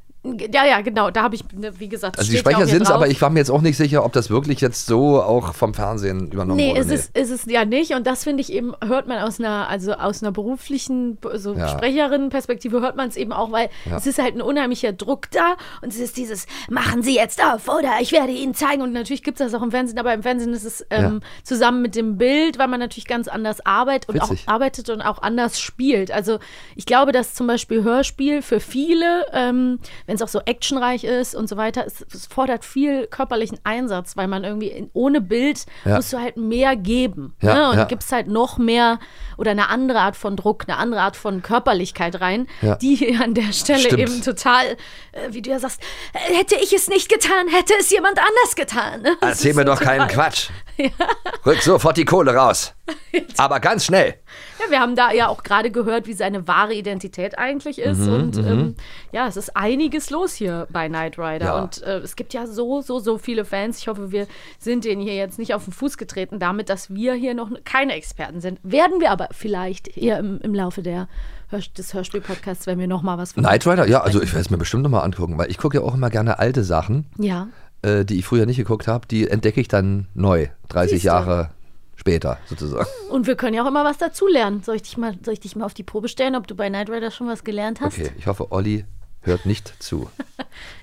Speaker 4: Ja, ja, genau. Da habe ich, ne, wie gesagt,
Speaker 5: Also die
Speaker 4: steht ja auch
Speaker 5: Sprecher
Speaker 4: hier
Speaker 5: sind es,
Speaker 4: drauf.
Speaker 5: aber ich war mir jetzt auch nicht sicher, ob das wirklich jetzt so auch vom Fernsehen übernommen
Speaker 4: Nee,
Speaker 5: wurde.
Speaker 4: ist es, ist es ja nicht. Und das finde ich eben, hört man aus einer, also aus einer beruflichen so
Speaker 5: Ja.
Speaker 4: Sprecherinnenperspektive, hört man es eben auch, weil
Speaker 5: Ja.
Speaker 4: es ist halt ein unheimlicher Druck da und es ist dieses, machen Sie jetzt auf oder ich werde Ihnen zeigen. Und natürlich gibt es das auch im Fernsehen, aber im Fernsehen ist es ähm, zusammen mit dem Bild, weil man natürlich ganz anders arbeitet und
Speaker 5: Witzig.
Speaker 4: auch arbeitet und auch anders spielt. Also ich glaube, dass zum Beispiel Hörspiel für viele, ähm, wenn es auch so actionreich ist und so weiter, es, es fordert viel körperlichen Einsatz, weil man irgendwie in, ohne Bild
Speaker 5: Ja.
Speaker 4: musst du halt mehr geben.
Speaker 5: Ja,
Speaker 4: ne? Und
Speaker 5: ja.
Speaker 4: gibst halt noch mehr oder eine andere Art von Druck, eine andere Art von Körperlichkeit rein,
Speaker 5: Ja.
Speaker 4: die hier an der Stelle
Speaker 5: Stimmt.
Speaker 4: eben total, äh, wie du ja sagst, äh, hätte ich es nicht getan, hätte es jemand anders getan. ne? Das
Speaker 5: Erzähl
Speaker 4: ist
Speaker 5: mir
Speaker 4: so
Speaker 5: doch keinen
Speaker 4: total-
Speaker 5: Quatsch. Rück sofort die Kohle raus. Aber ganz schnell.
Speaker 4: Ja, wir haben da ja auch gerade gehört, wie seine wahre Identität eigentlich ist.
Speaker 5: Mhm,
Speaker 4: und ähm, ja, es ist einiges los hier bei Knight Rider.
Speaker 5: Ja.
Speaker 4: Und äh, es gibt ja so, so, so viele Fans. Ich hoffe, wir sind denen hier jetzt nicht auf den Fuß getreten, damit, dass wir hier noch keine Experten sind. Werden wir aber vielleicht eher im, im Laufe der, Hörsch- des Hörspiel-Podcasts, wenn wir nochmal was von.
Speaker 5: Knight Rider, ja, also ich werde es mir bestimmt nochmal angucken, weil ich gucke ja auch immer gerne alte Sachen,
Speaker 4: Ja.
Speaker 5: äh, die ich früher nicht geguckt habe, die entdecke ich dann neu, 30
Speaker 4: Siehste.
Speaker 5: Jahre später sozusagen.
Speaker 4: Und wir können ja auch immer was dazulernen. Soll ich dich mal, soll ich dich mal auf die Probe stellen, ob du bei Knight Rider schon was gelernt hast?
Speaker 5: Okay, ich hoffe, Olli hört nicht zu.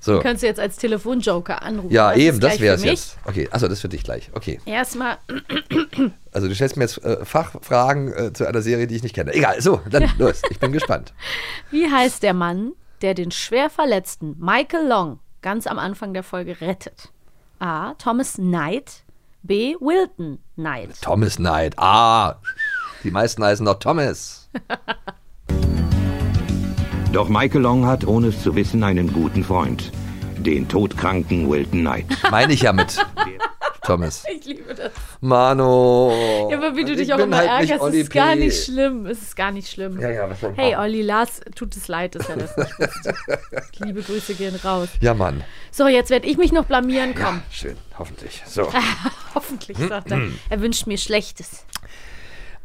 Speaker 5: So.
Speaker 4: Könntest du jetzt als Telefonjoker anrufen.
Speaker 5: Ja,
Speaker 4: ist
Speaker 5: eben, das
Speaker 4: gleich
Speaker 5: wäre es
Speaker 4: für mich.
Speaker 5: jetzt. Okay, achso, das ist für dich gleich. Okay.
Speaker 4: Erstmal
Speaker 5: Also du stellst mir jetzt äh, Fachfragen äh, zu einer Serie, die ich nicht kenne. Egal, so, dann los. Ich bin gespannt.
Speaker 4: Wie heißt der Mann, der den schwer verletzten Michael Long ganz am Anfang der Folge rettet? A. Thomas Knight. B. Wilton Knight.
Speaker 5: Thomas Knight. Ah, die meisten heißen noch Thomas.
Speaker 2: Doch Michael Long hat, ohne es zu wissen, einen guten Freund. Den todkranken Wilton Knight.
Speaker 5: Meine ich ja mit Thomas.
Speaker 4: Ich liebe das.
Speaker 5: Mano.
Speaker 4: Ja, aber wie du
Speaker 5: Ich
Speaker 4: dich auch
Speaker 5: bin
Speaker 4: immer
Speaker 5: halt nicht
Speaker 4: ärgerst,
Speaker 5: Olli
Speaker 4: ist gar
Speaker 5: P.
Speaker 4: nicht schlimm. Es ist gar nicht schlimm.
Speaker 5: Ja, ja, was soll ich
Speaker 4: hey,
Speaker 5: machen?
Speaker 4: Olli, Lars, tut es leid, dass er das nicht wusste. Liebe Grüße gehen raus.
Speaker 5: Ja, Mann.
Speaker 4: So, jetzt werde ich mich noch blamieren. Komm,
Speaker 5: Schön, hoffentlich. So.
Speaker 4: Ah. hoffentlich, sagt er.
Speaker 5: Mhm.
Speaker 4: Er wünscht mir Schlechtes.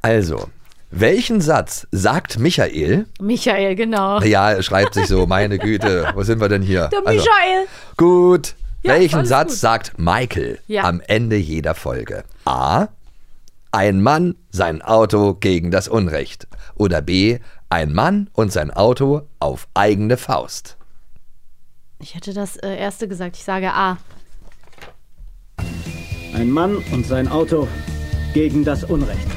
Speaker 5: Also, welchen Satz sagt Michael?
Speaker 4: Michael, genau.
Speaker 5: Ja, er schreibt sich so, meine Güte, wo sind wir denn hier?
Speaker 4: Der
Speaker 5: Also,
Speaker 4: Michael.
Speaker 5: Gut.
Speaker 4: Ja,
Speaker 5: Welchen
Speaker 4: alles
Speaker 5: Satz
Speaker 4: gut.
Speaker 5: sagt Michael
Speaker 4: Ja.
Speaker 5: am Ende jeder Folge? A. Ein Mann, sein Auto gegen das Unrecht. Oder B. Ein Mann und sein Auto auf eigene Faust.
Speaker 4: Ich hätte das äh, erste gesagt. Ich sage A.
Speaker 7: Ein Mann und sein Auto gegen das Unrecht.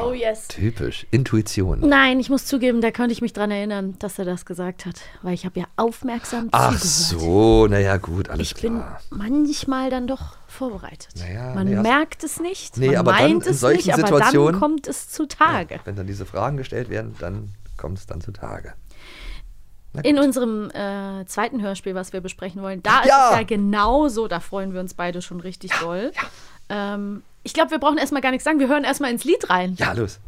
Speaker 4: Oh, yes.
Speaker 5: Typisch. Intuition.
Speaker 4: Nein, ich muss zugeben, da konnte ich mich dran erinnern, dass er das gesagt hat, weil ich habe ja aufmerksam
Speaker 5: Ach
Speaker 4: zugehört.
Speaker 5: so, naja, gut, alles
Speaker 4: Ich bin
Speaker 5: klar.
Speaker 4: manchmal dann doch vorbereitet.
Speaker 5: Naja,
Speaker 4: man
Speaker 5: nee, hast-
Speaker 4: merkt es nicht,
Speaker 5: Nee,
Speaker 4: man
Speaker 5: aber dann
Speaker 4: meint
Speaker 5: in
Speaker 4: es
Speaker 5: solchen
Speaker 4: nicht, aber
Speaker 5: Situationen-
Speaker 4: dann kommt es zutage.
Speaker 5: Wenn dann diese Fragen gestellt werden, dann kommt es dann zutage.
Speaker 4: In unserem äh, zweiten Hörspiel, was wir besprechen wollen, da
Speaker 5: Ja.
Speaker 4: ist es ja genauso, da freuen wir uns beide schon richtig doll. Ähm, ich glaube, wir brauchen erstmal gar nichts sagen, wir hören erstmal ins Lied rein.
Speaker 5: Ja, los.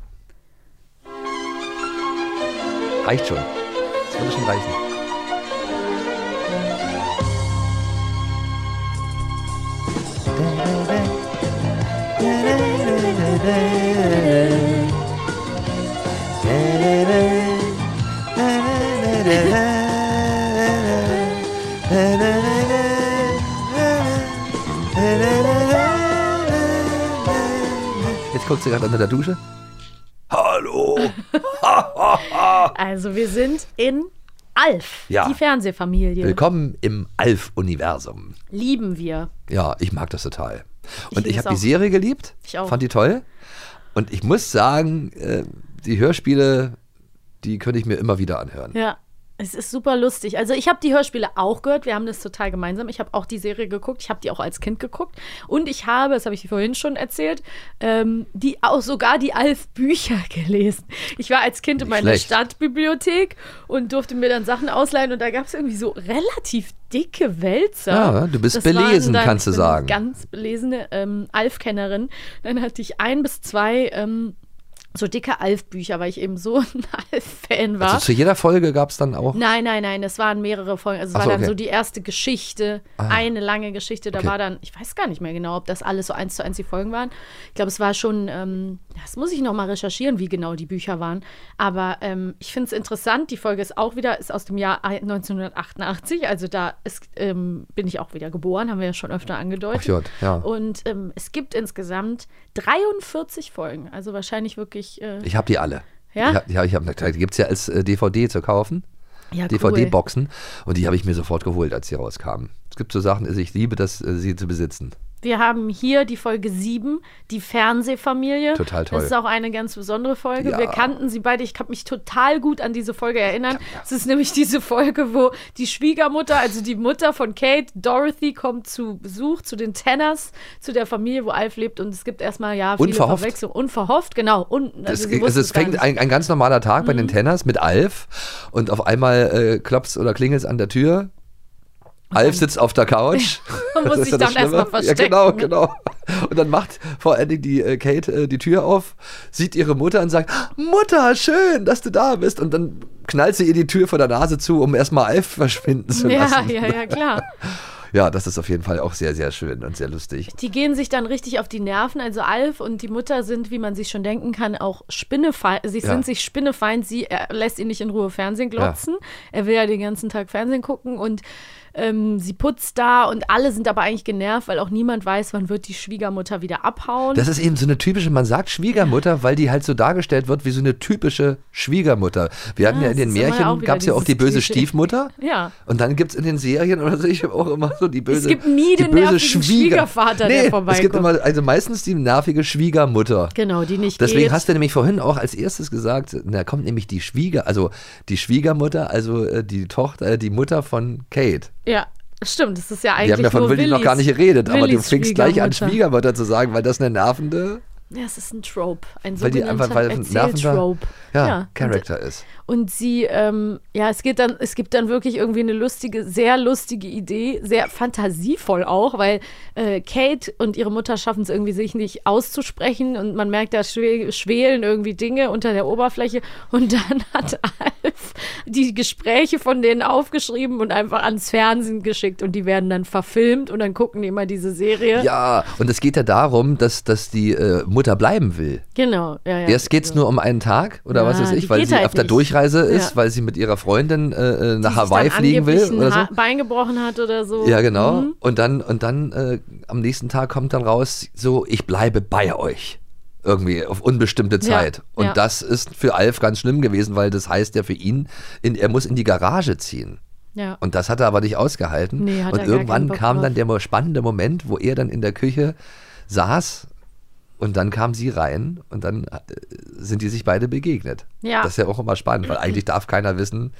Speaker 5: Reicht schon. Das würde schon reichen. Jetzt guckst du gerade unter der Dusche. Hallo!
Speaker 4: Also wir sind in Alf,
Speaker 5: Ja.
Speaker 4: die Fernsehfamilie.
Speaker 5: Willkommen im Alf-Universum.
Speaker 4: Lieben wir.
Speaker 5: Ja, ich mag das total. Und
Speaker 4: lieb's
Speaker 5: ich, habe die
Speaker 4: auch.
Speaker 5: Serie geliebt,
Speaker 4: Ich auch.
Speaker 5: fand die toll. Und ich muss sagen, äh, die Hörspiele, die könnte ich mir immer wieder anhören.
Speaker 4: Ja, es ist super lustig. Also ich habe die Hörspiele auch gehört. Wir haben das total gemeinsam. Ich habe auch die Serie geguckt. Ich habe die auch als Kind geguckt. Und ich habe, das habe ich vorhin schon erzählt, ähm, die auch sogar die Alf-Bücher gelesen. Ich war als Kind in
Speaker 5: Nicht
Speaker 4: meiner
Speaker 5: schlecht.
Speaker 4: Stadtbibliothek und durfte mir dann Sachen ausleihen. Und da gab es irgendwie so relativ dicke Wälzer.
Speaker 5: Ja, du bist belesen,
Speaker 4: waren
Speaker 5: kannst du
Speaker 4: ich bin eine
Speaker 5: sagen.
Speaker 4: Ganz belesene ähm, Alf-Kennerin. Dann hatte ich ein bis zwei ähm, so dicke Alf-Bücher, weil ich eben so ein Alf-Fan war.
Speaker 5: Also zu jeder Folge gab es dann auch.
Speaker 4: Nein, nein, nein, es waren mehrere Folgen. Also es
Speaker 5: Ach
Speaker 4: war
Speaker 5: so,
Speaker 4: dann
Speaker 5: okay. Ah.
Speaker 4: so die erste Geschichte, eine lange Geschichte. Da
Speaker 5: Okay.
Speaker 4: war dann, ich weiß gar nicht mehr genau, ob das alles so eins zu eins die Folgen waren. Ich glaube, es war schon, ähm, das muss ich nochmal recherchieren, wie genau die Bücher waren. Aber ähm, ich finde es interessant, die Folge ist auch wieder, ist aus dem Jahr 1988. Also da ist, ähm, bin ich auch wieder geboren, haben wir ja schon öfter angedeutet.
Speaker 5: Ach Jott, ja.
Speaker 4: Und ähm, es gibt insgesamt 43 Folgen. Also wahrscheinlich wirklich. Äh,
Speaker 5: Ich habe die alle.
Speaker 4: Ja?
Speaker 5: Ich hab, die hab, ich hab, die gibt es ja als äh, DVD zu kaufen.
Speaker 4: Ja, cool.
Speaker 5: DVD-Boxen. Und die habe ich mir sofort geholt, als sie rauskamen. Es gibt so Sachen, also ich liebe das, äh, sie zu besitzen.
Speaker 4: Wir haben hier die Folge 7, die Fernsehfamilie.
Speaker 5: Total toll.
Speaker 4: Das ist auch eine ganz besondere Folge.
Speaker 5: Ja.
Speaker 4: Wir kannten sie beide. Ich kann mich total gut an diese Folge erinnern. Es ist nämlich diese Folge, wo die Schwiegermutter, also die Mutter von Kate, Dorothy, kommt zu Besuch zu den Tanners, zu der Familie, wo Alf lebt. Und es gibt erstmal ja viele
Speaker 5: Unverhofft.
Speaker 4: Verwechslungen. Unverhofft, genau. Und,
Speaker 5: Es,
Speaker 4: also sie
Speaker 5: es,
Speaker 4: wussten
Speaker 5: es
Speaker 4: gar
Speaker 5: fängt
Speaker 4: nicht. Mhm.
Speaker 5: ein, ein ganz normaler Tag bei den Tenners mit Alf und auf einmal äh, klopft oder klingelt an der Tür. Alf sitzt auf der Couch.
Speaker 4: Und muss
Speaker 5: Das ist
Speaker 4: sich
Speaker 5: ja das
Speaker 4: dann erst mal
Speaker 5: Schlimme.
Speaker 4: verstecken.
Speaker 5: Ja, genau, genau. Und dann macht vor allen Dingen die äh, Kate äh, die Tür auf, sieht ihre Mutter und sagt, Mutter, schön, dass du da bist. Und dann knallt sie ihr die Tür vor der Nase zu, um erstmal Alf verschwinden zu
Speaker 4: ja,
Speaker 5: lassen.
Speaker 4: ja, ja, klar.
Speaker 5: Ja, das ist auf jeden Fall auch sehr, sehr schön und sehr lustig.
Speaker 4: Die gehen sich dann richtig auf die Nerven. Also Alf und die Mutter sind, wie man sich schon denken kann, auch spinnefeind. Sie
Speaker 5: Ja.
Speaker 4: sind sich spinnefeind. Sie äh, lässt ihn nicht in Ruhe Fernsehen glotzen. Er will ja den ganzen Tag Fernsehen gucken und ähm, sie putzt da und alle sind aber eigentlich genervt, weil auch niemand weiß, wann wird die Schwiegermutter wieder abhauen.
Speaker 5: Das ist eben so eine typische, man sagt Schwiegermutter, weil die halt so dargestellt wird wie so eine typische Schwiegermutter. Wir hatten
Speaker 4: Ja,
Speaker 5: ja, in
Speaker 4: das
Speaker 5: den
Speaker 4: ist immer auch
Speaker 5: Märchen,
Speaker 4: wieder
Speaker 5: gab es ja auch die
Speaker 4: dieses
Speaker 5: böse
Speaker 4: Klischee.
Speaker 5: Stiefmutter.
Speaker 4: Ja.
Speaker 5: Und dann gibt es in den Serien oder so, ich habe auch immer so die böse.
Speaker 4: gibt nie
Speaker 5: die
Speaker 4: den
Speaker 5: böse
Speaker 4: nervigen Schwiegervater, der
Speaker 5: nee, Es
Speaker 4: vorbeikommt.
Speaker 5: gibt immer, also meistens die nervige Schwiegermutter.
Speaker 4: genau, die nicht
Speaker 5: Deswegen
Speaker 4: geht.
Speaker 5: hast du nämlich vorhin auch als erstes gesagt, da kommt nämlich die Schwieger, also die Schwiegermutter, also äh, die Tochter, äh, die Mutter von Kate.
Speaker 4: ja, stimmt. Das ist ja eigentlich
Speaker 5: Wir haben ja von
Speaker 4: nur
Speaker 5: Willi noch
Speaker 4: Willis-
Speaker 5: gar nicht geredet, aber du
Speaker 4: Willis
Speaker 5: fängst gleich an,
Speaker 4: Schwiegermutter.
Speaker 5: Schwiegermutter zu sagen, weil das eine nervende,
Speaker 4: Ja, es ist ein Trope. Ein
Speaker 5: weil die einfach weil ein nervender
Speaker 4: Erzähltrope.
Speaker 5: ja,
Speaker 4: halt und-
Speaker 5: Charakter ist.
Speaker 4: Und sie, ähm, ja, es geht dann, es gibt dann wirklich irgendwie eine lustige, sehr lustige Idee, sehr fantasievoll auch, weil äh, Kate und ihre Mutter schaffen es irgendwie, sich nicht auszusprechen und man merkt, da schwe schwelen irgendwie Dinge unter der Oberfläche und dann hat Alf die Gespräche von denen aufgeschrieben und einfach ans Fernsehen geschickt und die werden dann verfilmt und dann gucken die immer diese Serie.
Speaker 5: Ja, und es geht ja darum, dass, dass die äh, Mutter bleiben will.
Speaker 4: Genau, ja, ja.
Speaker 5: Erst geht es nur um einen Tag oder was
Speaker 4: Ja,
Speaker 5: weiß
Speaker 4: die
Speaker 5: ich, weil
Speaker 4: geht
Speaker 5: sie
Speaker 4: halt
Speaker 5: auf der
Speaker 4: nicht.
Speaker 5: Durchreise
Speaker 4: Ja.
Speaker 5: ist, weil sie mit ihrer Freundin äh, äh, nach
Speaker 4: Die sich
Speaker 5: Hawaii
Speaker 4: dann
Speaker 5: fliegen will
Speaker 4: angeblich ein
Speaker 5: oder
Speaker 4: Ha-
Speaker 5: so.
Speaker 4: Bein gebrochen hat oder so.
Speaker 5: Ja, genau.
Speaker 4: Mhm.
Speaker 5: Und dann, und dann äh, am nächsten Tag kommt dann raus, so, ich bleibe bei euch. Irgendwie auf unbestimmte Zeit. und
Speaker 4: ja.
Speaker 5: das ist für Alf ganz schlimm gewesen, weil das heißt ja für ihn, in, er muss in die Garage ziehen.
Speaker 4: Ja.
Speaker 5: Und das hat er aber nicht ausgehalten.
Speaker 4: Nee, hat er gar
Speaker 5: und
Speaker 4: keinen
Speaker 5: irgendwann
Speaker 4: Bock
Speaker 5: kam
Speaker 4: drauf.
Speaker 5: dann der mo- spannende Moment, wo er dann in der Küche saß und dann kam sie rein und dann äh, sind die sich beide begegnet.
Speaker 4: Ja.
Speaker 5: Das ist ja auch immer spannend, weil eigentlich darf keiner wissen,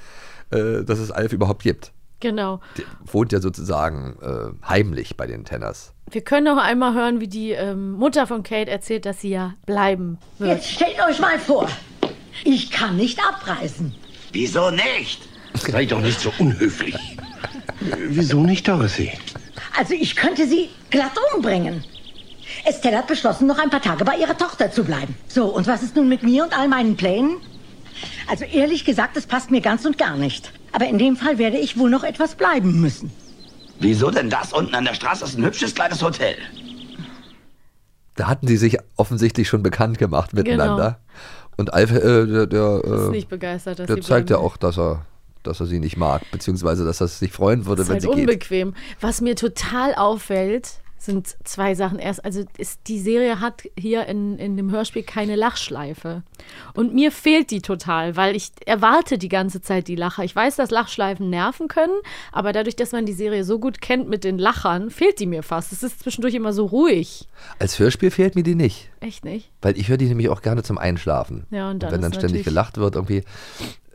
Speaker 5: äh, dass es Alf überhaupt gibt.
Speaker 4: Genau.
Speaker 5: Der wohnt ja sozusagen äh, heimlich bei den Tenners.
Speaker 4: Wir können noch einmal hören, wie die ähm, Mutter von Kate erzählt, dass sie ja bleiben wird.
Speaker 9: Jetzt stellt euch mal vor, ich kann nicht abreisen.
Speaker 10: Wieso nicht?
Speaker 6: Sei doch nicht so unhöflich. Wieso nicht, Dorothy?
Speaker 9: Also ich könnte sie glatt umbringen. Estelle hat beschlossen, noch ein paar Tage bei ihrer Tochter zu bleiben. So, und was ist nun mit mir und all meinen Plänen? Also ehrlich gesagt, es passt mir ganz und gar nicht. Aber in dem Fall werde ich wohl noch etwas bleiben müssen.
Speaker 10: Wieso denn das? Unten an der Straße ist ein hübsches kleines Hotel.
Speaker 5: Da hatten die sich offensichtlich schon bekannt gemacht miteinander. Und Alf, äh, der, der,
Speaker 4: Genau. Ist
Speaker 5: äh,
Speaker 4: nicht begeistert, dass
Speaker 5: der
Speaker 4: sie
Speaker 5: zeigt ja
Speaker 4: bleiben.
Speaker 5: auch, dass er, dass er sie nicht mag, beziehungsweise dass er sich freuen würde,
Speaker 4: Ist
Speaker 5: Also wenn
Speaker 4: halt
Speaker 5: sie geht.
Speaker 4: unbequem. Was mir total auffällt, sind zwei Sachen. Erst, also ist, die Serie hat hier in, in dem Hörspiel keine Lachschleife. Und mir fehlt die total, weil ich erwarte die ganze Zeit die Lacher. Ich weiß, dass Lachschleifen nerven können, aber dadurch, dass man die Serie so gut kennt mit den Lachern, fehlt die mir fast. Es ist zwischendurch immer so ruhig.
Speaker 5: Als Hörspiel fehlt mir die nicht.
Speaker 4: Echt nicht?
Speaker 5: Weil ich höre die nämlich auch gerne zum Einschlafen.
Speaker 4: Ja, und dann
Speaker 5: wenn dann
Speaker 4: ist
Speaker 5: ständig
Speaker 4: natürlich-
Speaker 5: gelacht wird, irgendwie.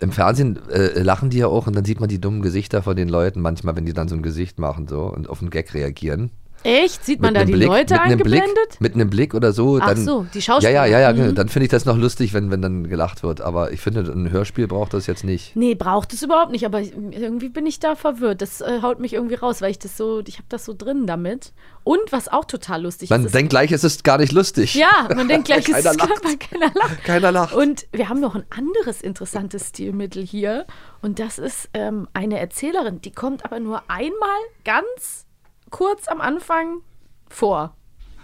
Speaker 5: Im Fernsehen äh, lachen die ja auch und dann sieht man die dummen Gesichter von den Leuten manchmal, wenn die dann so ein Gesicht machen so und auf einen Gag reagieren.
Speaker 4: Echt? Sieht man
Speaker 5: Mit
Speaker 4: da
Speaker 5: einem
Speaker 4: die
Speaker 5: Blick-
Speaker 4: Leute
Speaker 5: mit einem Blick,
Speaker 4: eingeblendet?
Speaker 5: Mit einem Blick oder so.
Speaker 4: Ach
Speaker 5: Dann,
Speaker 4: so, die Schauspieler.
Speaker 5: Ja, ja, ja, ja
Speaker 4: Mhm.
Speaker 5: dann finde ich das noch lustig, wenn, wenn dann gelacht wird. Aber ich finde, ein Hörspiel braucht das jetzt nicht.
Speaker 4: Nee, braucht es überhaupt nicht, aber irgendwie bin ich da verwirrt. Das äh, haut mich irgendwie raus, weil ich das so, ich habe das so drin damit. Und was auch total lustig
Speaker 5: Man
Speaker 4: ist.
Speaker 5: denkt gleich, es ist gar nicht lustig.
Speaker 4: ja, man denkt gleich, es
Speaker 5: Keiner
Speaker 4: ist
Speaker 5: lacht.
Speaker 4: weil keiner lacht.
Speaker 5: Keiner lacht.
Speaker 4: Und wir haben noch ein anderes interessantes Stilmittel hier. Und das ist ähm, eine Erzählerin, die kommt aber nur einmal ganz kurz am Anfang vor.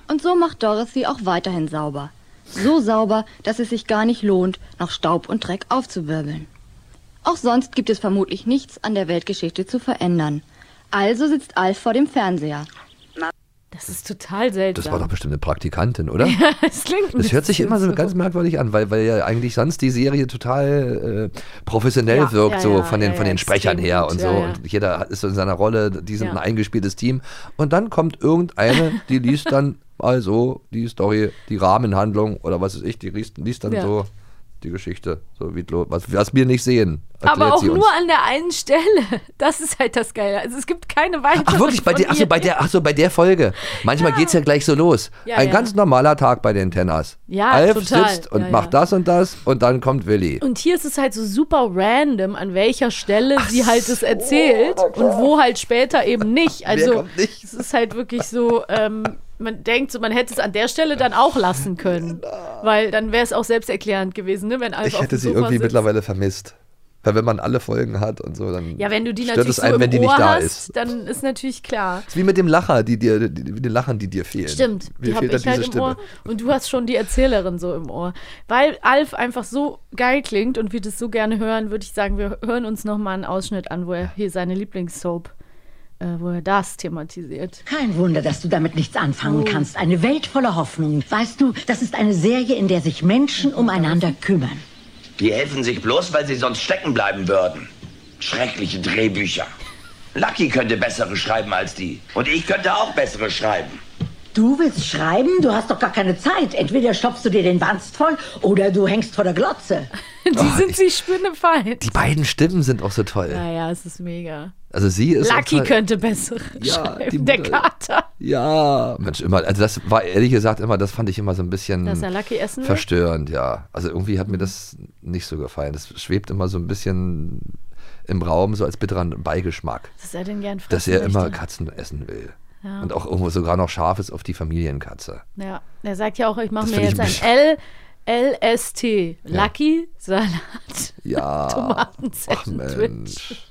Speaker 11: Und so macht Dorothy auch weiterhin sauber. So sauber, dass es sich gar nicht lohnt, noch Staub und Dreck aufzuwirbeln. Auch sonst gibt es vermutlich nichts an der Weltgeschichte zu verändern. Also sitzt Alf vor dem Fernseher.
Speaker 4: Das ist total seltsam.
Speaker 5: Das war doch bestimmt eine Praktikantin, oder?
Speaker 4: das klingt ein
Speaker 5: Das hört sich
Speaker 4: bisschen
Speaker 5: immer so ganz merkwürdig an, weil, weil ja eigentlich sonst die Serie total äh, professionell
Speaker 4: Ja,
Speaker 5: wirkt,
Speaker 4: ja,
Speaker 5: so
Speaker 4: ja,
Speaker 5: von den,
Speaker 4: ja,
Speaker 5: von
Speaker 4: ja,
Speaker 5: den Sprechern
Speaker 4: extrem
Speaker 5: her
Speaker 4: gut,
Speaker 5: und so.
Speaker 4: ja, ja.
Speaker 5: Und jeder hat- ist so in seiner Rolle, die sind
Speaker 4: Ja.
Speaker 5: ein eingespieltes Team. Und dann kommt irgendeine, die liest dann also die Story, die Rahmenhandlung oder was weiß ich, die liest, liest dann
Speaker 4: Ja.
Speaker 5: so die Geschichte, so wie, was, was wir nicht sehen.
Speaker 4: aber
Speaker 5: erklärt
Speaker 4: auch
Speaker 5: sie uns.
Speaker 4: nur an der einen Stelle. Das ist halt das Geile. Also es gibt keine weiteren.
Speaker 5: Ach wirklich, bei
Speaker 4: von
Speaker 5: der, ach so,
Speaker 4: ihr.
Speaker 5: bei der, ach so, bei der Folge. Manchmal geht's ja gleich so los.
Speaker 4: Ja,
Speaker 5: Ein
Speaker 4: ja.
Speaker 5: ganz normaler Tag bei den Tenners.
Speaker 4: Ja,
Speaker 5: Alf
Speaker 4: total.
Speaker 5: sitzt und
Speaker 4: Ja,
Speaker 5: macht
Speaker 4: ja.
Speaker 5: das und das und dann kommt Willi.
Speaker 4: Und hier ist es halt so super random, an welcher Stelle sie halt es erzählt und wo halt später eben nicht. Also
Speaker 5: oh kommt nicht?
Speaker 4: es ist halt wirklich so, ähm, man denkt so, man hätte es an der Stelle dann auch lassen können. Weil dann wäre es auch selbsterklärend gewesen, ne? wenn Alf
Speaker 5: Genau. Ich
Speaker 4: auf
Speaker 5: hätte
Speaker 4: dem
Speaker 5: sie
Speaker 4: Sofa
Speaker 5: irgendwie
Speaker 4: sitzt.
Speaker 5: mittlerweile vermisst. Weil wenn man alle Folgen hat und so, dann
Speaker 4: Ja, wenn du die
Speaker 5: stört
Speaker 4: natürlich
Speaker 5: es
Speaker 4: so
Speaker 5: einen,
Speaker 4: im
Speaker 5: wenn die
Speaker 4: Ohr
Speaker 5: nicht da
Speaker 4: hast,
Speaker 5: ist.
Speaker 4: dann ist natürlich klar.
Speaker 5: Wie mit dem Lacher, die dir, die, die, den Lachern, die dir fehlen.
Speaker 4: Stimmt, die
Speaker 5: Mir
Speaker 4: habe
Speaker 5: fehlt
Speaker 4: ich
Speaker 5: dann
Speaker 4: halt
Speaker 5: diese
Speaker 4: im
Speaker 5: Stimme.
Speaker 4: Ohr. Und du hast schon die Erzählerin so im Ohr. Weil Alf einfach so geil klingt und wir das so gerne hören, würde ich sagen, wir hören uns nochmal einen Ausschnitt an, wo er hier seine Lieblingssoap, äh, wo er das thematisiert.
Speaker 9: Kein Wunder, dass du damit nichts anfangen
Speaker 12: Oh.
Speaker 9: kannst. Eine Welt voller Hoffnung. Weißt du, das ist eine Serie, in der sich Menschen umeinander kümmern.
Speaker 10: Die helfen sich bloß, weil sie sonst stecken bleiben würden. Schreckliche Drehbücher. Lucky könnte bessere schreiben als die. Und ich könnte auch bessere schreiben.
Speaker 9: Du willst schreiben? Du hast doch gar keine Zeit. Entweder stopfst du dir den Wanst voll oder du hängst vor der Glotze.
Speaker 4: Die sind sie spinnefein.
Speaker 5: Oh, Die beiden Stimmen sind auch so toll.
Speaker 4: Naja, es ist mega.
Speaker 5: Also sie ist
Speaker 4: Lucky
Speaker 5: auch toll.
Speaker 4: könnte besser
Speaker 5: Ja, die
Speaker 4: schreiben. Der
Speaker 5: Mutter-
Speaker 4: Kater.
Speaker 5: Ja, Mensch, immer, also das war ehrlich gesagt immer, das fand ich immer so ein bisschen
Speaker 4: Dass er Lucky essen will? Mhm.
Speaker 5: verstörend, ja. Also irgendwie hat mir das nicht so gefallen. Das schwebt immer so ein bisschen im Raum, so als bitteren Beigeschmack,
Speaker 4: Was ist er denn gern
Speaker 5: dass er
Speaker 4: fressen
Speaker 5: immer
Speaker 4: möchte?
Speaker 5: Katzen essen will.
Speaker 4: Ja.
Speaker 5: Und auch irgendwo sogar noch scharf ist auf die Familienkatze.
Speaker 4: Ja, er sagt ja auch, ich mache
Speaker 5: Das
Speaker 4: mir
Speaker 5: find
Speaker 4: jetzt
Speaker 5: ich
Speaker 4: ein L. LST, Lucky Salat.
Speaker 5: Ja. Ach
Speaker 4: Tomaten-Sandwich.
Speaker 5: Mensch.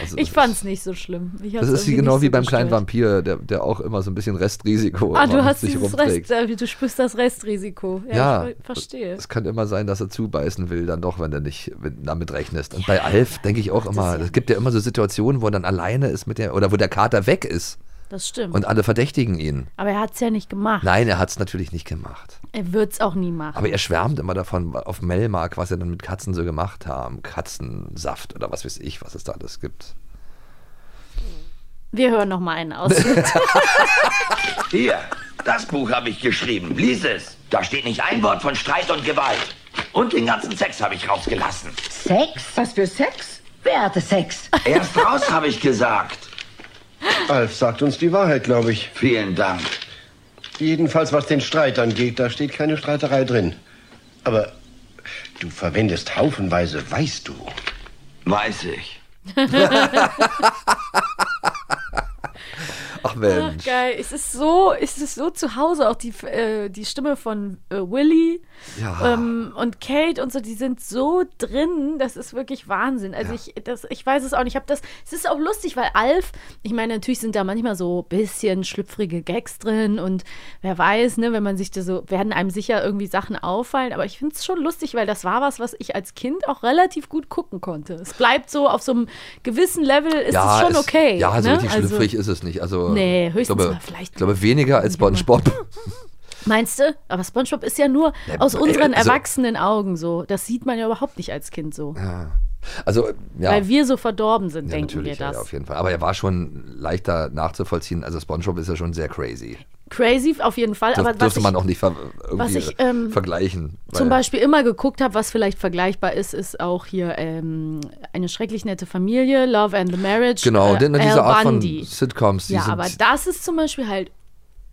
Speaker 5: Also
Speaker 4: Ich
Speaker 5: das
Speaker 4: fand's nicht so schlimm. Ich
Speaker 5: Das
Speaker 4: hab's
Speaker 5: ist wie
Speaker 4: irgendwie
Speaker 5: genau
Speaker 4: nicht
Speaker 5: wie
Speaker 4: so
Speaker 5: beim kleinen
Speaker 4: gestört.
Speaker 5: Vampir, der, der auch immer so ein bisschen Restrisiko
Speaker 4: Ah,
Speaker 5: immer
Speaker 4: du
Speaker 5: mit
Speaker 4: hast
Speaker 5: sich
Speaker 4: dieses
Speaker 5: rumträgt.
Speaker 4: Rest, äh, du spürst das Restrisiko. Ja,
Speaker 5: Ja,
Speaker 4: ich ver- verstehe.
Speaker 5: Es kann immer sein, dass er zubeißen will, dann doch, wenn du nicht wenn, damit rechnest. Und bei Alf denke ich auch immer, es gibt ja immer so Situationen, wo er dann alleine ist mit der, oder wo der Kater weg ist
Speaker 4: Das stimmt.
Speaker 5: und alle verdächtigen ihn.
Speaker 4: Aber er hat's ja nicht gemacht.
Speaker 5: Nein, er hat es natürlich nicht gemacht.
Speaker 4: Er wird's auch nie machen.
Speaker 5: Aber er schwärmt immer davon auf Melmark, was er dann mit Katzen so gemacht haben. Katzensaft oder was weiß ich, was es da alles gibt.
Speaker 4: Wir hören noch mal einen aus.
Speaker 10: Hier, das Buch habe ich geschrieben. Lies es. Da steht nicht ein Wort von Streit und Gewalt. Und den ganzen Sex habe ich rausgelassen.
Speaker 9: Sex? Was für Sex? Wer hatte Sex?
Speaker 10: Erst raus habe ich gesagt.
Speaker 13: Alf sagt uns die Wahrheit, glaube ich.
Speaker 10: Vielen Dank.
Speaker 13: Jedenfalls was den Streit angeht, da steht keine Streiterei drin. Aber du verwendest haufenweise, weißt du.
Speaker 10: Weiß ich.
Speaker 5: Ach Mensch.
Speaker 4: Geil. Es ist so, es ist so zu Hause. Auch die, äh, die Stimme von äh, Willy
Speaker 5: Ja.
Speaker 4: ähm, und Kate und so, die sind so drin. Das ist wirklich Wahnsinn. Also ich, das, ich weiß es auch nicht. Ich habe das. Es ist auch lustig, weil Alf. Ich meine, natürlich sind da manchmal so bisschen schlüpfrige Gags drin und wer weiß, ne, wenn man sich da so werden einem sicher irgendwie Sachen auffallen. Aber ich finde es schon lustig, weil das war was, was ich als Kind auch relativ gut gucken konnte. Es bleibt so auf so einem gewissen Level. Ist es schon
Speaker 5: es-
Speaker 4: okay?
Speaker 5: Ja, so
Speaker 4: ne?
Speaker 5: richtig
Speaker 4: Also-
Speaker 5: schlüpfrig ist es nicht. Also
Speaker 4: Nee, Nee, höchstens
Speaker 5: Ich glaube,
Speaker 4: mal vielleicht.
Speaker 5: ich glaube weniger als SpongeBob.
Speaker 4: Meinst du? Aber SpongeBob ist ja nur
Speaker 5: Ja,
Speaker 4: aus
Speaker 5: äh,
Speaker 4: unseren
Speaker 5: also-
Speaker 4: erwachsenen Augen so. Das sieht man ja überhaupt nicht als Kind so.
Speaker 5: Ja. Also, ja.
Speaker 4: Weil wir so verdorben sind,
Speaker 5: ja,
Speaker 4: denken wir
Speaker 5: natürlich, ja,
Speaker 4: das.
Speaker 5: ja, auf jeden Fall. Aber er war schon leichter nachzuvollziehen. Also SpongeBob ist ja schon sehr crazy.
Speaker 4: Crazy auf jeden Fall,
Speaker 5: Das
Speaker 4: aber was
Speaker 5: dürfte
Speaker 4: ich
Speaker 5: man auch nicht ver
Speaker 4: was
Speaker 5: irgendwie
Speaker 4: ich, ähm,
Speaker 5: vergleichen.
Speaker 4: zum
Speaker 5: weil-
Speaker 4: Beispiel immer geguckt habe, was vielleicht vergleichbar ist, ist auch hier ähm, eine schrecklich nette Familie, Love and the Marriage.
Speaker 5: Genau,
Speaker 4: äh,
Speaker 5: denn diese
Speaker 4: Al
Speaker 5: Art von
Speaker 4: Bundy.
Speaker 5: Sitcoms, die
Speaker 4: Ja,
Speaker 5: sind
Speaker 4: aber das ist zum Beispiel halt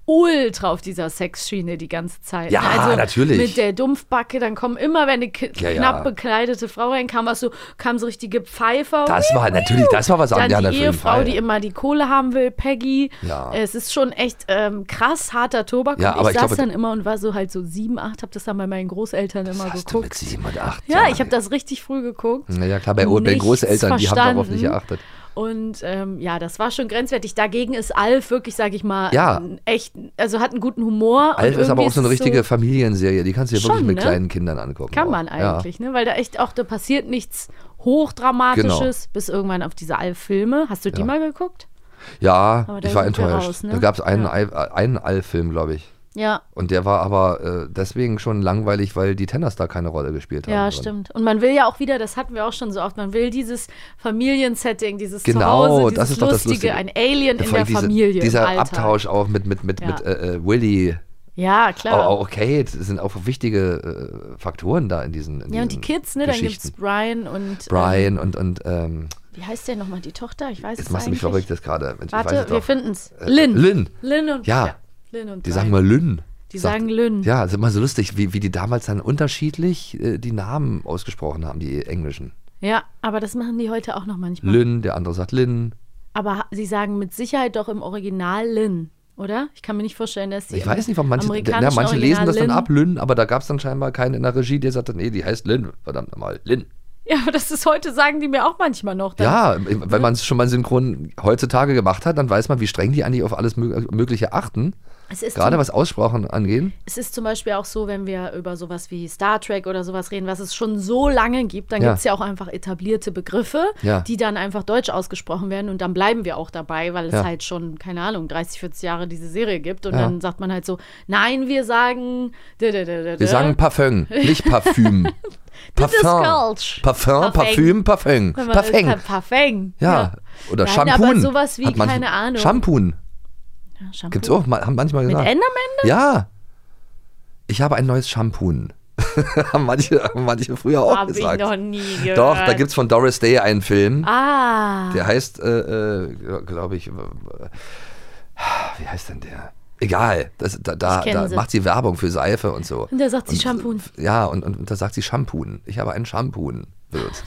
Speaker 4: ultra auf dieser Sexschiene die ganze Zeit.
Speaker 5: Ja,
Speaker 4: also
Speaker 5: natürlich.
Speaker 4: Mit der Dumpfbacke, dann kommen immer, wenn eine ki-
Speaker 5: Ja, ja.
Speaker 4: knapp bekleidete Frau reinkam, was so, kam so richtige Pfeifer.
Speaker 5: Das war halt natürlich, das war was
Speaker 4: Dann
Speaker 5: anderes. Ja,
Speaker 4: die
Speaker 5: natürlich,
Speaker 4: Ehefrau,
Speaker 5: Fall.
Speaker 4: die immer die Kohle haben will, Peggy.
Speaker 5: Ja.
Speaker 4: Es ist schon echt ähm, krass harter Tobak.
Speaker 5: Ja,
Speaker 4: und
Speaker 5: aber
Speaker 4: ich
Speaker 5: ich
Speaker 4: saß
Speaker 5: glaube,
Speaker 4: dann immer und war so halt so sieben, acht, hab das dann bei meinen Großeltern immer
Speaker 5: Hast du
Speaker 4: geguckt.
Speaker 5: mit sieben und acht?
Speaker 4: Ja, ich habe das richtig früh geguckt.
Speaker 5: Na ja, klar, bei- bei
Speaker 4: Nichts
Speaker 5: Großeltern, die haben darauf nicht
Speaker 4: verstanden.
Speaker 5: geachtet.
Speaker 4: Und ähm, ja, das war schon grenzwertig. Dagegen ist Alf wirklich, sag ich mal,
Speaker 5: Ja.
Speaker 4: ein echt, also hat einen guten Humor. und
Speaker 5: Alf ist aber
Speaker 4: irgendwie
Speaker 5: auch so eine
Speaker 4: es
Speaker 5: richtige Familienserie. Die kannst du ja wirklich
Speaker 4: Schon,
Speaker 5: mit
Speaker 4: ne?
Speaker 5: kleinen Kindern angucken.
Speaker 4: Kann
Speaker 5: auch.
Speaker 4: man
Speaker 5: Ja.
Speaker 4: eigentlich, ne? Weil da echt auch, da passiert nichts Hochdramatisches, bis irgendwann auf diese Alf-Filme. Hast du die
Speaker 5: Genau. Ja.
Speaker 4: mal geguckt?
Speaker 5: Ja,
Speaker 4: Aber da
Speaker 5: ich war
Speaker 4: sind wir
Speaker 5: enttäuscht.
Speaker 4: raus, ne?
Speaker 5: Da gab es einen, Al- einen Alf-Film, glaube ich.
Speaker 4: Ja.
Speaker 5: Und der war aber äh, deswegen schon langweilig, weil die Tennis da keine Rolle gespielt haben.
Speaker 4: Ja,
Speaker 5: drin.
Speaker 4: stimmt. Und man will ja auch wieder, das hatten wir auch schon so oft, man will dieses Familiensetting, dieses
Speaker 5: Genau,
Speaker 4: Zuhause, dieses
Speaker 5: das ist doch das Lustige.
Speaker 4: ein Alien in
Speaker 5: Vor
Speaker 4: der
Speaker 5: allem diese-
Speaker 4: Familie.
Speaker 5: Dieser
Speaker 4: im Alltag.
Speaker 5: Abtausch auch mit, mit, mit, mit
Speaker 4: Ja.
Speaker 5: äh, äh, Willy.
Speaker 4: Ja, klar.
Speaker 5: Auch, auch Kate das sind auch wichtige äh, Faktoren da in diesen. In
Speaker 4: ja, und die
Speaker 5: diesen
Speaker 4: Kids, ne? Dann gibt's
Speaker 5: Geschichten.
Speaker 4: Brian und. Ähm,
Speaker 5: Brian und. und ähm,
Speaker 4: wie heißt der nochmal? Die Tochter? Ich weiß
Speaker 5: jetzt
Speaker 4: es
Speaker 5: machst du mich
Speaker 4: eigentlich.
Speaker 5: verrückt, das gerade. Mensch, ich
Speaker 4: Warte,
Speaker 5: weiß es
Speaker 4: wir
Speaker 5: doch.
Speaker 4: finden's.
Speaker 5: Äh,
Speaker 4: Lynn.
Speaker 5: Lynn.
Speaker 4: Lynn und.
Speaker 5: Ja.
Speaker 4: Lynn und
Speaker 5: Die
Speaker 4: Brian.
Speaker 5: sagen mal Lynn.
Speaker 4: Die sagen Lynn.
Speaker 5: Ja, das ist immer so lustig, wie, wie die damals dann unterschiedlich äh, die Namen ausgesprochen haben, die englischen.
Speaker 4: Ja, aber das machen die heute auch noch manchmal.
Speaker 5: Lynn, der andere sagt Lynn.
Speaker 4: Aber ha- sie sagen mit Sicherheit doch im Original Lynn, oder? Ich kann mir nicht vorstellen, dass sie.
Speaker 5: Ich
Speaker 4: im
Speaker 5: weiß nicht, warum manche, na,
Speaker 4: amerikanischen
Speaker 5: manche lesen das dann
Speaker 4: Original
Speaker 5: ab, Lynn, aber da gab es dann scheinbar keinen in der Regie, der sagt dann, nee, die heißt Lynn, verdammt nochmal, Lynn.
Speaker 4: Ja, aber das ist heute, sagen die mir auch manchmal noch. Dann-
Speaker 5: Ja, wenn man es schon mal synchron heutzutage gemacht hat, dann weiß man, wie streng die eigentlich auf alles Mö- Mögliche achten.
Speaker 4: Es ist
Speaker 5: Gerade
Speaker 4: zum-
Speaker 5: was Aussprachen angehen.
Speaker 4: Es ist zum Beispiel auch so, wenn wir über sowas wie Star Trek oder sowas reden, was es schon so lange gibt, dann
Speaker 5: Ja.
Speaker 4: gibt es ja auch einfach etablierte Begriffe,
Speaker 5: Ja.
Speaker 4: die dann einfach deutsch ausgesprochen werden und dann bleiben wir auch dabei, weil es
Speaker 5: Ja.
Speaker 4: halt schon, keine Ahnung, 30, 40 Jahre diese Serie gibt und
Speaker 5: Ja.
Speaker 4: dann sagt man halt so, nein, wir sagen... Wir
Speaker 5: Wir sagen Parfum, nicht Parfüm.
Speaker 4: Das ist
Speaker 5: Parfum.
Speaker 4: falsch.
Speaker 5: Parfum, Parfüm, Parfum.
Speaker 4: Wenn man-
Speaker 5: Parfum.
Speaker 4: Pa- Parfum.
Speaker 5: Ja, oder
Speaker 4: Nein,
Speaker 5: Shampoo.
Speaker 4: aber sowas wie,
Speaker 5: Hat manche-
Speaker 4: keine Ahnung.
Speaker 5: Shampoo.
Speaker 4: Ja, Shampoo.
Speaker 5: Gibt's auch, ma- haben manchmal
Speaker 4: Mit
Speaker 5: gesagt.
Speaker 4: N am Ende?
Speaker 5: Ja. Ich habe ein neues Shampoo. haben manche, haben manche früher auch
Speaker 4: Hab ich
Speaker 5: gesagt.
Speaker 4: noch nie gehört.
Speaker 5: Doch, da gibt's von Doris Day einen Film.
Speaker 4: Ah.
Speaker 5: Der heißt, äh, äh, glaube ich, äh, wie heißt denn der? Egal, das, da, da,
Speaker 4: Ich kenn
Speaker 5: da
Speaker 4: sie.
Speaker 5: macht sie Werbung für Seife und so.
Speaker 4: und da sagt sie
Speaker 5: Und-
Speaker 4: Shampoo.
Speaker 5: Ja, und, und, und da sagt sie Shampoo. Ich habe einen Shampoo benutzt.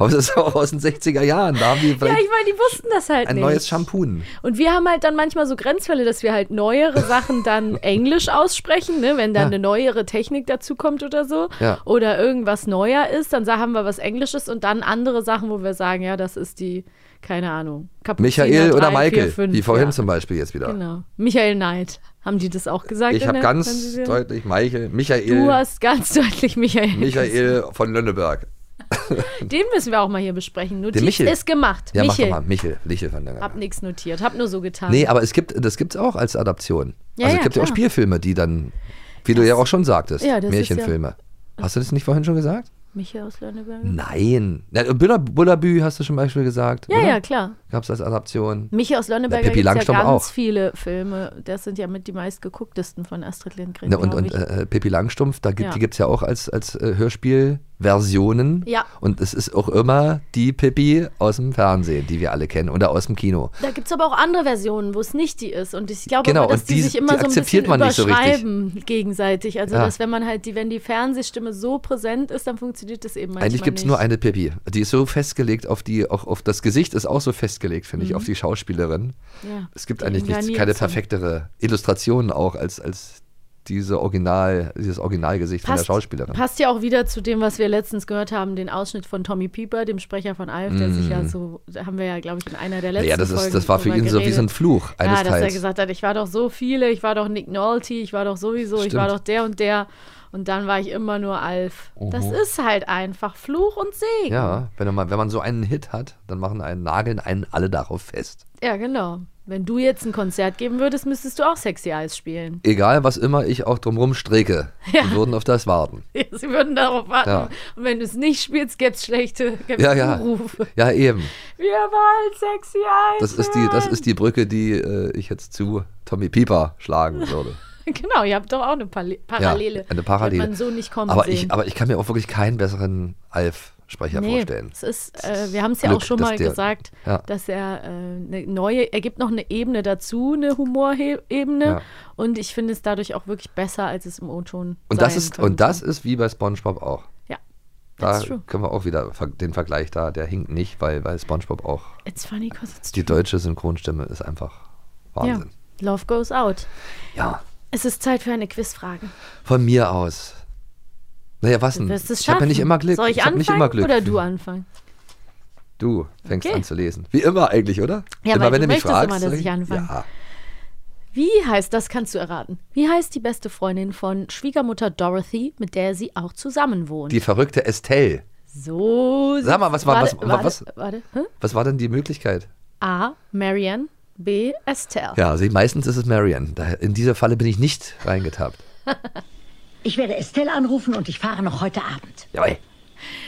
Speaker 5: Aber das ist auch aus den 60er Jahren. Da haben die
Speaker 4: Ja,
Speaker 5: vielleicht
Speaker 4: ich meine, die wussten das halt
Speaker 5: ein
Speaker 4: nicht.
Speaker 5: neues Shampoo.
Speaker 4: Und wir haben halt dann manchmal so Grenzfälle, dass wir halt neuere Sachen dann Englisch aussprechen, ne? wenn dann
Speaker 5: Ja.
Speaker 4: eine neuere Technik dazu kommt oder so.
Speaker 5: Ja.
Speaker 4: Oder irgendwas neuer ist, dann sa- haben wir was Englisches und dann andere Sachen, wo wir sagen, ja, das ist die, keine Ahnung, Kapuziner
Speaker 5: Michael
Speaker 4: 3,
Speaker 5: oder Michael,
Speaker 4: 4, 5,
Speaker 5: wie vorhin
Speaker 4: ja.
Speaker 5: zum Beispiel jetzt wieder.
Speaker 4: Genau. Michael Knight. Haben die das auch gesagt?
Speaker 5: Ich
Speaker 4: in
Speaker 5: habe
Speaker 4: der
Speaker 5: ganz
Speaker 4: Fernsehserie?
Speaker 5: deutlich Michael, Michael,
Speaker 4: Du hast ganz deutlich Michael.
Speaker 5: Michael von Lönneberg.
Speaker 4: Den müssen wir auch mal hier besprechen. Notiz
Speaker 5: Den Michel.
Speaker 4: ist gemacht.
Speaker 5: Ja, mach
Speaker 4: Michel.
Speaker 5: doch mal. Michel, Michel von Lönneberg.
Speaker 4: Hab nichts notiert, hab nur so getan.
Speaker 5: Nee, aber es gibt, das gibt's auch als Adaption.
Speaker 4: Ja,
Speaker 5: also es
Speaker 4: ja,
Speaker 5: gibt ja auch
Speaker 4: klar.
Speaker 5: Spielfilme, die dann, wie du ja auch schon sagtest,
Speaker 4: Ja, das ist ja-
Speaker 5: Märchenfilme. Hast du das nicht vorhin schon gesagt?
Speaker 4: Michael aus Lönneberg.
Speaker 5: Hm, Nein. Na, Bulla- Bullabü hast du zum Beispiel gesagt.
Speaker 4: Ja,
Speaker 5: oder?
Speaker 4: ja, klar.
Speaker 5: Gab es als Adaption.
Speaker 4: Michi aus Lönneberg
Speaker 5: Na, Pippi
Speaker 4: gibt ja ganz
Speaker 5: Langstrumpf auch.
Speaker 4: viele Filme. Das sind ja mit die meistgegucktesten von Astrid Lindgren.
Speaker 5: Na, und
Speaker 4: glaub
Speaker 5: und
Speaker 4: ich.
Speaker 5: äh, Pippi Langstumpf, da gibt,
Speaker 4: Ja.
Speaker 5: die gibt es ja auch als, als äh, Hörspielversionen.
Speaker 4: Ja.
Speaker 5: Und es ist auch immer die Pippi aus dem Fernsehen, die wir alle kennen oder aus dem Kino.
Speaker 4: da gibt es aber auch andere Versionen, wo es nicht die ist. Und ich glaube,
Speaker 5: Genau,
Speaker 4: aber, dass
Speaker 5: und
Speaker 4: die,
Speaker 5: die-
Speaker 4: sich immer
Speaker 5: die
Speaker 4: so ein bisschen
Speaker 5: akzeptiert man nicht so richtig. Ah.
Speaker 4: überschreiben gegenseitig. Also,
Speaker 5: Ja.
Speaker 4: dass wenn man halt die, wenn die Fernsehstimme so präsent ist, dann funktioniert das eben manchmal
Speaker 5: Eigentlich gibt es
Speaker 4: nicht.
Speaker 5: nur eine Pippi. Die ist so festgelegt auf die, auch auf das Gesicht ist auch so festgelegt, finde ich,
Speaker 4: Mhm.
Speaker 5: auf die Schauspielerin.
Speaker 4: Ja,
Speaker 5: es gibt
Speaker 4: die
Speaker 5: eigentlich nichts,
Speaker 4: inkarniert
Speaker 5: keine
Speaker 4: sind.
Speaker 5: perfektere Illustration auch als, als diese Original, dieses Originalgesicht von der Schauspielerin.
Speaker 4: Passt ja auch wieder zu dem, was wir letztens gehört haben, den Ausschnitt von Tommy Pieper, dem Sprecher von Alf, der sich
Speaker 5: Mm.
Speaker 4: ja so, da haben wir ja, glaube ich, in einer der letzten
Speaker 5: Naja, das,
Speaker 4: Folgen
Speaker 5: ist, das war für
Speaker 4: drüber
Speaker 5: ihn so wie so ein
Speaker 4: geredet.
Speaker 5: Fluch eines
Speaker 4: ja, Ah, dass er
Speaker 5: Teils.
Speaker 4: gesagt hat, ich war doch so viele, ich war doch Nick Nolte, ich war doch sowieso, ich
Speaker 5: Stimmt.
Speaker 4: war doch der und der und dann war ich immer nur Alf. Das
Speaker 5: Mhm.
Speaker 4: ist halt einfach Fluch und Segen.
Speaker 5: ja, wenn man, wenn man so einen Hit hat, dann machen einen Nageln einen alle darauf fest.
Speaker 4: Ja, genau. Wenn du jetzt ein Konzert geben würdest, müsstest du auch Sexy Eyes spielen.
Speaker 5: Egal, was immer ich auch drumrum stricke,
Speaker 4: Ja.
Speaker 5: die würden auf das warten.
Speaker 4: Sie würden darauf warten.
Speaker 5: Ja.
Speaker 4: Und wenn du es nicht spielst, gäbe es schlechte gäb's
Speaker 5: Ja, ja.
Speaker 4: Rufe.
Speaker 5: Ja, eben.
Speaker 4: Wir wollen Sexy Eyes.
Speaker 5: Das ist die, das ist die Brücke, die äh, ich jetzt zu Tommy Pieper schlagen würde.
Speaker 4: Genau, ihr habt doch auch eine Parle- Parallele.
Speaker 5: Ja, eine Parallele.
Speaker 4: Wird man so nicht kommen
Speaker 5: aber
Speaker 4: sehen.
Speaker 5: ich, aber ich kann mir auch wirklich keinen besseren Alf-Sprecher
Speaker 4: nee,
Speaker 5: vorstellen.
Speaker 4: Es ist, äh, wir haben es ja
Speaker 5: Glück,
Speaker 4: auch schon
Speaker 5: dass
Speaker 4: mal
Speaker 5: der-
Speaker 4: gesagt,
Speaker 5: ja.
Speaker 4: dass er äh, eine neue, er gibt noch eine Ebene dazu, eine Humorebene.
Speaker 5: Ja.
Speaker 4: Und ich finde es dadurch auch wirklich besser, als es im O-Ton
Speaker 5: Und das
Speaker 4: sein
Speaker 5: ist,
Speaker 4: könnte.
Speaker 5: und das ist wie bei SpongeBob auch.
Speaker 4: Ja.
Speaker 5: Da
Speaker 4: That's true.
Speaker 5: können wir auch wieder ver- den Vergleich da, der hinkt nicht, weil bei SpongeBob auch
Speaker 4: It's funny 'cause it's
Speaker 5: die deutsche Synchronstimme ist einfach Wahnsinn.
Speaker 4: Ja. Love goes out.
Speaker 5: Ja.
Speaker 4: Es ist Zeit für eine Quizfrage.
Speaker 5: Von mir aus. Naja, was
Speaker 4: Du
Speaker 5: denn?
Speaker 4: wirst es
Speaker 5: Hm. ich habe ja
Speaker 4: schaffen.
Speaker 5: nicht immer Glück.
Speaker 4: Soll ich,
Speaker 5: hab
Speaker 4: anfangen
Speaker 5: nicht immer Glück.
Speaker 4: oder du anfangen?
Speaker 5: Du fängst
Speaker 4: Okay.
Speaker 5: an zu lesen. Wie immer eigentlich, oder?
Speaker 4: Ja,
Speaker 5: immer,
Speaker 4: weil
Speaker 5: wenn
Speaker 4: du
Speaker 5: du mich
Speaker 4: möchtest
Speaker 5: fragst.
Speaker 4: immer, dass
Speaker 5: sag
Speaker 4: ich anfange.
Speaker 5: Ja.
Speaker 4: Wie heißt, das kannst du erraten, wie heißt die beste Freundin von Schwiegermutter Dorothy, mit der sie auch zusammen wohnt?
Speaker 5: Die verrückte Estelle.
Speaker 4: so
Speaker 5: Sag mal, was war-
Speaker 4: warte,
Speaker 5: was-
Speaker 4: warte,
Speaker 5: was-
Speaker 4: Warte, hä?
Speaker 5: Was war denn die Möglichkeit?
Speaker 4: A. Marianne. B. Estelle.
Speaker 5: Ja, sie, meistens ist es Marion. Da- In dieser Falle bin ich nicht reingetappt.
Speaker 9: Ich werde Estelle anrufen und ich fahre noch heute Abend.
Speaker 5: Jawohl.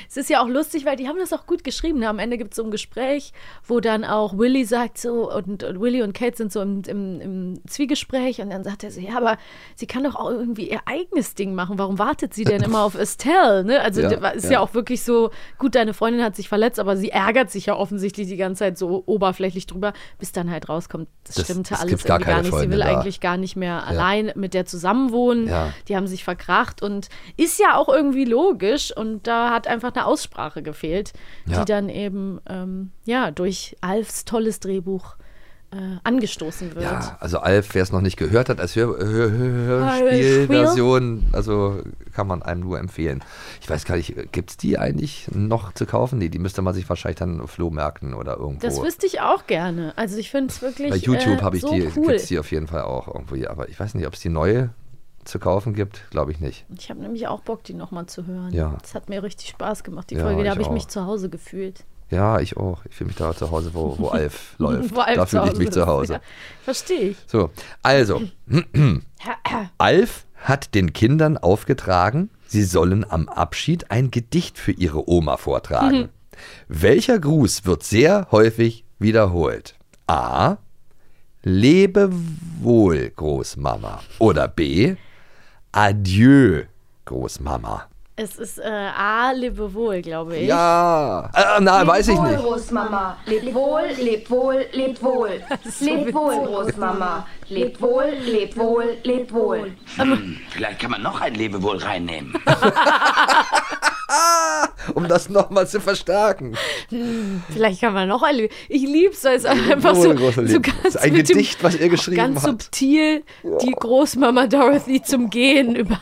Speaker 4: Es ist ja auch lustig, weil die haben das auch gut geschrieben. ne? Am Ende gibt es so ein Gespräch, wo dann auch Willy sagt so, und, und Willy und Kate sind so im, im, im Zwiegespräch und dann sagt er so, ja, aber sie kann doch auch irgendwie ihr eigenes Ding machen. Warum wartet sie denn immer auf Estelle? Ne? Also
Speaker 14: Ja,
Speaker 4: der war- ist ja.
Speaker 14: ja.
Speaker 4: auch wirklich so, gut, deine Freundin hat sich verletzt, aber sie ärgert sich ja offensichtlich die ganze Zeit so oberflächlich drüber, bis dann halt rauskommt, das,
Speaker 5: Das-
Speaker 4: stimmte
Speaker 5: es
Speaker 4: alles
Speaker 5: gibt gar
Speaker 4: irgendwie gar
Speaker 5: keine
Speaker 4: nicht. Sie
Speaker 5: Freunde
Speaker 4: will
Speaker 5: da.
Speaker 4: eigentlich gar nicht mehr allein mit der zusammenwohnen.
Speaker 5: Ja.
Speaker 4: Die haben sich verkracht und ist ja auch irgendwie logisch. Und da hat einfach eine Aussprache gefehlt,
Speaker 5: Ja.
Speaker 4: die dann eben ähm, ja durch Alfs tolles Drehbuch äh, angestoßen wird.
Speaker 5: Ja, also Alf, wer es noch nicht gehört hat, als Hör Hör Hör Hörspielversion, also kann man einem nur empfehlen. Ich weiß gar nicht, gibt es die eigentlich noch zu kaufen? Nee, die müsste man sich wahrscheinlich dann auf Flohmärkten oder irgendwo.
Speaker 4: Das wüsste ich auch gerne. Also ich finde es wirklich
Speaker 5: Bei YouTube
Speaker 4: äh,
Speaker 5: habe ich
Speaker 4: so
Speaker 5: die,
Speaker 4: cool.
Speaker 5: gibt's die auf jeden Fall auch irgendwie, aber ich weiß nicht, ob es die neue zu kaufen gibt, glaube ich nicht.
Speaker 4: Ich habe nämlich auch Bock, die nochmal zu hören.
Speaker 5: Ja.
Speaker 4: Das hat mir richtig Spaß gemacht. Die
Speaker 5: Ja,
Speaker 4: Folge, da
Speaker 5: ich
Speaker 4: habe ich
Speaker 5: auch.
Speaker 4: mich zu Hause gefühlt.
Speaker 5: Ja, ich auch. Ich fühle mich da zu Hause, wo, wo Alf läuft.
Speaker 4: Wo Alf
Speaker 5: da
Speaker 4: zu
Speaker 5: fühle ich
Speaker 4: Hause
Speaker 5: mich zu
Speaker 4: ist.
Speaker 5: Hause.
Speaker 4: Ja, verstehe ich.
Speaker 5: So, also, Alf hat den Kindern aufgetragen, sie sollen am Abschied ein Gedicht für ihre Oma vortragen.
Speaker 14: Mhm.
Speaker 5: Welcher Gruß wird sehr häufig wiederholt? A. Lebe wohl, Großmama. Oder B. Adieu, Großmama.
Speaker 4: Es ist äh, A, Lebewohl, glaube ich.
Speaker 5: Ja. Äh, na,
Speaker 4: Lebe
Speaker 5: weiß ich
Speaker 4: wohl,
Speaker 5: nicht.
Speaker 12: Großmama, lebt wohl, lebt wohl, lebt wohl. Lebt wohl, Großmama, lebt wohl, lebt wohl, lebt wohl.
Speaker 10: Hm, vielleicht kann man noch ein Lebewohl reinnehmen.
Speaker 5: Um das nochmal zu verstärken.
Speaker 4: Hm, Vielleicht kann man noch ein Lied. Ich lieb's, weil es einfach so,
Speaker 5: große
Speaker 4: so
Speaker 5: Liebe.
Speaker 4: ganz
Speaker 5: Das ist ein
Speaker 4: mit
Speaker 5: Gedicht, was ihr
Speaker 4: dem,
Speaker 5: geschrieben
Speaker 4: ganz
Speaker 5: habt.
Speaker 4: subtil die Großmama Dorothy zum Gehen über.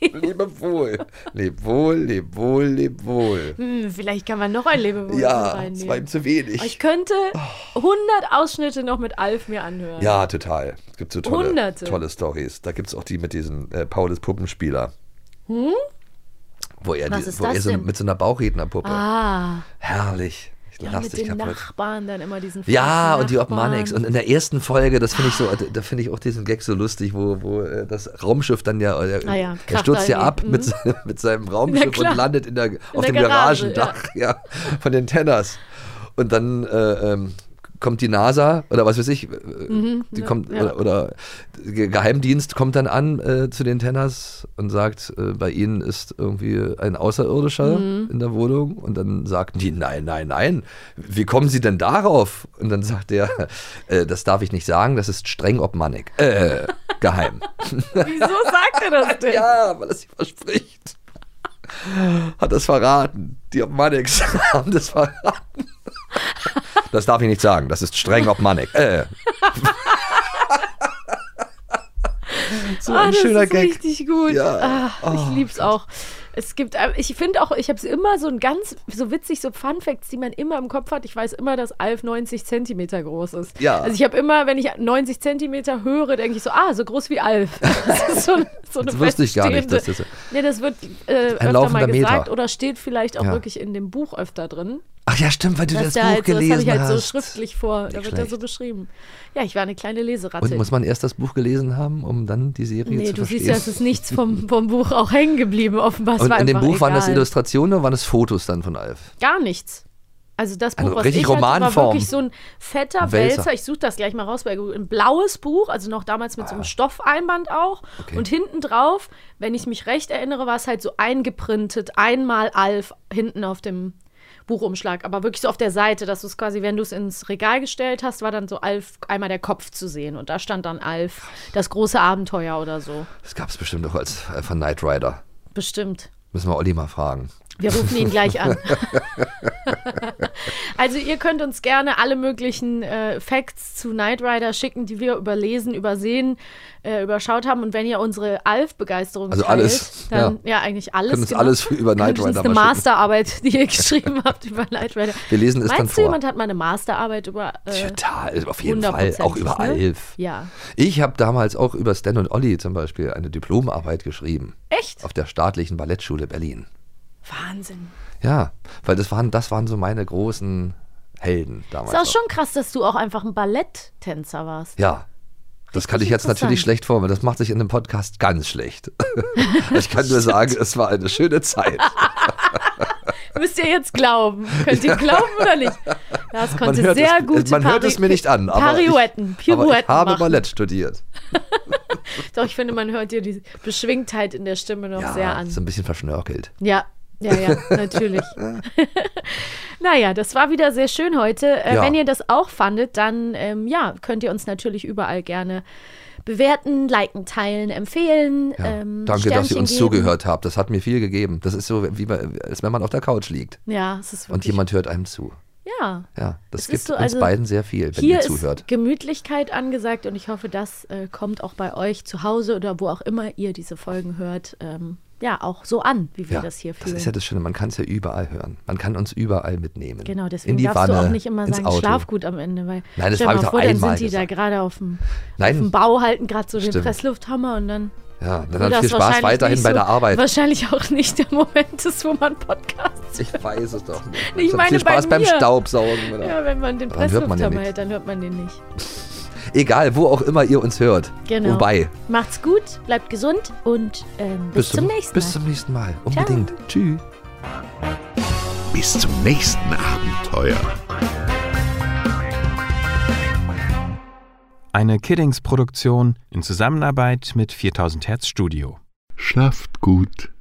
Speaker 5: Lebe wohl. Leb wohl, leb wohl, leb wohl.
Speaker 4: Hm, vielleicht kann man noch ein Lebewohl
Speaker 5: Ja,
Speaker 4: reinnehmen.
Speaker 5: es war ihm zu wenig.
Speaker 4: Aber Ich könnte 100 Ausschnitte noch mit Alf mir anhören.
Speaker 5: Ja, total. Es gibt so tolle,
Speaker 4: Hunderte.
Speaker 5: tolle Stories. Da gibt es auch die mit diesem äh, Paulus Puppenspieler,
Speaker 4: Hm?
Speaker 5: wo er,
Speaker 4: Was
Speaker 5: die,
Speaker 4: ist
Speaker 5: wo er
Speaker 4: das
Speaker 5: so
Speaker 4: denn?
Speaker 5: mit so einer Bauchrednerpuppe.
Speaker 4: Ah.
Speaker 5: Herrlich. Ich
Speaker 4: Ja,
Speaker 5: lass
Speaker 4: mit
Speaker 5: dich
Speaker 4: den
Speaker 5: kaputt.
Speaker 4: Nachbarn dann immer diesen
Speaker 5: Ja,
Speaker 4: verrückten
Speaker 5: und die
Speaker 4: Nachbarn.
Speaker 5: Obmanix. Und in der ersten Folge, das finde ich
Speaker 4: Ah.
Speaker 5: so, da finde ich auch diesen Gag so lustig, wo, wo äh, das Raumschiff dann ja, äh,
Speaker 4: Ah ja,
Speaker 5: er
Speaker 4: kracht
Speaker 5: stürzt ja
Speaker 4: da
Speaker 5: ab
Speaker 4: irgendwie,
Speaker 5: mit,
Speaker 4: mhm.
Speaker 5: seinem- mit seinem
Speaker 4: Na
Speaker 5: Raumschiff
Speaker 4: klar.
Speaker 5: und landet in der,
Speaker 4: der
Speaker 5: auf dem
Speaker 4: Garage,
Speaker 5: Garagendach ja. von den Tenners. Und dann äh, ähm, kommt die NASA oder was weiß ich, äh,
Speaker 14: Mhm,
Speaker 5: die
Speaker 14: ne,
Speaker 5: kommt,
Speaker 14: ja.
Speaker 5: oder, oder Ge- Geheimdienst kommt dann an äh, zu den Tenners und sagt, äh, bei ihnen ist irgendwie ein Außerirdischer
Speaker 14: Mhm.
Speaker 5: in der Wohnung. Und dann sagten die, nein, nein, nein, wie kommen Sie denn darauf? Und dann sagt er, äh, das darf ich nicht sagen, das ist streng obmannig. Äh, geheim.
Speaker 4: Wieso sagt er das denn?
Speaker 5: Ja, weil er sich verspricht. Hat das verraten. Die Obmannigs haben das verraten. Das darf ich nicht sagen, das ist streng obmannig. Äh, So ein
Speaker 4: Ah, das
Speaker 5: schöner
Speaker 4: ist
Speaker 5: Gag.
Speaker 4: richtig gut.
Speaker 5: Ja.
Speaker 4: Ah, ich
Speaker 5: Oh,
Speaker 4: lieb's auch. Es gibt, äh, ich finde auch, ich habe es immer so ein ganz, so witzig, so Fun Facts, die man immer im Kopf hat. Ich weiß immer, dass Alf 90 Zentimeter groß ist.
Speaker 5: Ja.
Speaker 4: Also ich habe immer, wenn ich 90 Zentimeter höre, denke ich so, ah, so groß wie Alf. Das ist so, so eine
Speaker 5: Das wusste ich gar nicht,
Speaker 4: feststehende-
Speaker 5: dass das so-
Speaker 4: nee, das wird äh,
Speaker 5: Ein
Speaker 4: öfter mal
Speaker 5: laufender Meter.
Speaker 4: gesagt oder steht vielleicht auch
Speaker 5: Ja.
Speaker 4: wirklich in dem Buch öfter drin.
Speaker 5: Ach ja, stimmt, weil du
Speaker 4: Das
Speaker 5: das
Speaker 4: ist ja
Speaker 5: Buch
Speaker 4: halt so, das habe
Speaker 5: gelesen
Speaker 4: ich halt so
Speaker 5: hast.
Speaker 4: schriftlich vor, da wird er
Speaker 5: schlecht.
Speaker 4: so beschrieben. Ja, ich war eine kleine Leseratte.
Speaker 5: Und muss man erst das Buch gelesen haben, um dann die Serie
Speaker 4: nee,
Speaker 5: zu
Speaker 4: du
Speaker 5: verstehen?
Speaker 4: siehst ja, es ist nichts vom, vom Buch auch hängen geblieben, offenbar. Es
Speaker 5: Und
Speaker 4: war
Speaker 5: in dem
Speaker 4: einfach
Speaker 5: Buch waren das
Speaker 4: egal.
Speaker 5: Illustrationen oder waren es Fotos dann von Alf?
Speaker 4: Gar nichts. Also das Buch,
Speaker 5: Also
Speaker 4: was
Speaker 5: richtig
Speaker 4: ich hatte, war
Speaker 5: Romanform.
Speaker 4: wirklich so ein fetter
Speaker 5: Wälzer.
Speaker 4: Wälzer. Ich suche das gleich mal raus bei Google. Ein blaues Buch, also noch damals mit so
Speaker 5: Ah.
Speaker 4: einem Stoffeinband auch. Und hinten drauf, wenn ich mich recht erinnere, war es halt so eingeprintet, einmal Alf hinten auf dem Buchumschlag. Aber wirklich so auf der Seite, dass du es quasi, wenn du es ins Regal gestellt hast, war dann so Alf einmal der Kopf zu sehen. Und da stand dann Alf, das große Abenteuer oder so.
Speaker 5: Das gab es bestimmt auch als Alf von Knight Rider.
Speaker 4: Bestimmt.
Speaker 5: Müssen wir Olli mal fragen.
Speaker 4: Wir rufen ihn gleich an. Also ihr könnt uns gerne alle möglichen äh, Facts zu Knight Rider schicken, die wir überlesen, übersehen, äh, überschaut haben. Und wenn ihr unsere Alf-Begeisterung
Speaker 5: Also
Speaker 4: teilt,
Speaker 5: alles,
Speaker 4: dann
Speaker 5: ja.
Speaker 4: ja, eigentlich alles. genau.
Speaker 5: Könnt uns alles über Knight
Speaker 4: Könnt uns
Speaker 5: Rider
Speaker 4: eine
Speaker 5: mal schicken.
Speaker 4: Masterarbeit, die ihr geschrieben habt über Knight Rider.
Speaker 5: Wir lesen es
Speaker 4: Meinst
Speaker 5: dann
Speaker 4: du,
Speaker 5: vor.
Speaker 4: jemand hat mal eine Masterarbeit über äh,
Speaker 5: Total, also auf jeden Fall.
Speaker 4: 100%,
Speaker 5: Auch über
Speaker 4: ne?
Speaker 5: Alf.
Speaker 4: Ja.
Speaker 5: Ich habe damals auch über Stan und Olli zum Beispiel eine Diplomarbeit geschrieben.
Speaker 4: Echt?
Speaker 5: Auf der staatlichen Ballettschule Berlin.
Speaker 4: Wahnsinn.
Speaker 5: Ja, weil das waren, das waren so meine großen Helden damals.
Speaker 4: Ist auch
Speaker 5: noch.
Speaker 4: schon krass, dass du auch einfach ein Balletttänzer warst.
Speaker 5: Ja. Das kann ich jetzt natürlich
Speaker 4: interessant.
Speaker 5: schlecht vormachen. Das macht sich in einem Podcast ganz schlecht. ich kann nur sagen, es war eine schöne Zeit.
Speaker 4: Müsst ihr jetzt glauben. Könnt ihr glauben oder nicht? Das konnte
Speaker 5: hört
Speaker 4: sehr
Speaker 5: es,
Speaker 4: gute
Speaker 5: Man hört es
Speaker 4: Pari-
Speaker 5: mir nicht an. Aber
Speaker 4: Pirouetten,
Speaker 5: ich, aber ich
Speaker 4: Pirouetten
Speaker 5: habe
Speaker 4: machen.
Speaker 5: Ballett studiert.
Speaker 4: Doch, ich finde, man hört dir die Beschwingtheit in der Stimme noch sehr an.
Speaker 5: So ein bisschen verschnörkelt.
Speaker 4: Ja, ja, ja, natürlich. naja, das war wieder sehr schön heute. Äh,
Speaker 5: Ja.
Speaker 4: Wenn ihr das auch fandet, dann ähm, ja, könnt ihr uns natürlich überall gerne bewerten, liken, teilen, empfehlen.
Speaker 5: Ja.
Speaker 4: ähm,
Speaker 5: Danke, dass ihr
Speaker 4: Sternchen
Speaker 5: uns
Speaker 4: geben.
Speaker 5: zugehört habt. Das hat mir viel gegeben. Das ist so, wie bei, als wenn man auf der Couch liegt.
Speaker 4: Ja, es ist
Speaker 5: Und
Speaker 4: wirklich.
Speaker 5: jemand hört einem zu.
Speaker 4: ja.
Speaker 5: Ja, das
Speaker 4: Es ist
Speaker 5: gibt
Speaker 4: so,
Speaker 5: uns
Speaker 4: also,
Speaker 5: beiden sehr viel, wenn
Speaker 4: Hier
Speaker 5: ihr
Speaker 4: ist
Speaker 5: zuhört.
Speaker 4: Gemütlichkeit angesagt und ich hoffe, das äh, kommt auch bei euch zu Hause oder wo auch immer ihr diese Folgen hört, ähm, ja, auch so an, wie wir
Speaker 5: Ja,
Speaker 4: das hier
Speaker 5: das
Speaker 4: fühlen.
Speaker 5: ist ja das Schöne. Man kann es ja überall hören. Man kann uns überall mitnehmen.
Speaker 4: Genau,
Speaker 5: In
Speaker 4: deswegen
Speaker 5: die
Speaker 4: darfst
Speaker 5: Wanne,
Speaker 4: du auch nicht immer
Speaker 5: ins
Speaker 4: sagen,
Speaker 5: Auto.
Speaker 4: schlaf gut am Ende, weil
Speaker 5: Nein, das
Speaker 4: stell mal
Speaker 5: habe ich doch
Speaker 4: vor, dann
Speaker 5: einmal
Speaker 4: sind die da gerade auf dem, auf
Speaker 5: Nein.
Speaker 4: dem Bau, halten gerade so den
Speaker 5: Stimmt.
Speaker 4: Presslufthammer und dann.
Speaker 5: Ja,
Speaker 4: wo
Speaker 5: dann hat
Speaker 4: das
Speaker 5: viel Spaß
Speaker 4: wahrscheinlich
Speaker 5: weiterhin
Speaker 4: nicht
Speaker 5: bei
Speaker 4: so-
Speaker 5: der Arbeit.
Speaker 4: Wahrscheinlich auch nicht der Moment ist, wo man Podcasts.
Speaker 5: Ich weiß es doch nicht.
Speaker 4: Ich
Speaker 5: Es hat
Speaker 4: meine
Speaker 5: viel
Speaker 4: bei
Speaker 5: Spaß beim
Speaker 4: mir.
Speaker 5: Staubsaugen. Oder?
Speaker 4: Ja, wenn man den
Speaker 5: Dann hört man den
Speaker 4: Presslufthammer
Speaker 5: nicht.
Speaker 4: hält, dann hört man den nicht.
Speaker 5: Egal, wo auch immer ihr uns hört.
Speaker 4: Genau.
Speaker 5: Wobei.
Speaker 4: Macht's gut, bleibt gesund und ähm, bis, zum nächsten Mal.
Speaker 5: Bis zum nächsten Mal. Unbedingt. Tschüss.
Speaker 1: Bis zum nächsten Abenteuer.
Speaker 14: Eine Kiddings-Produktion in Zusammenarbeit mit 4000 Hertz Studio.
Speaker 1: Schlaft gut.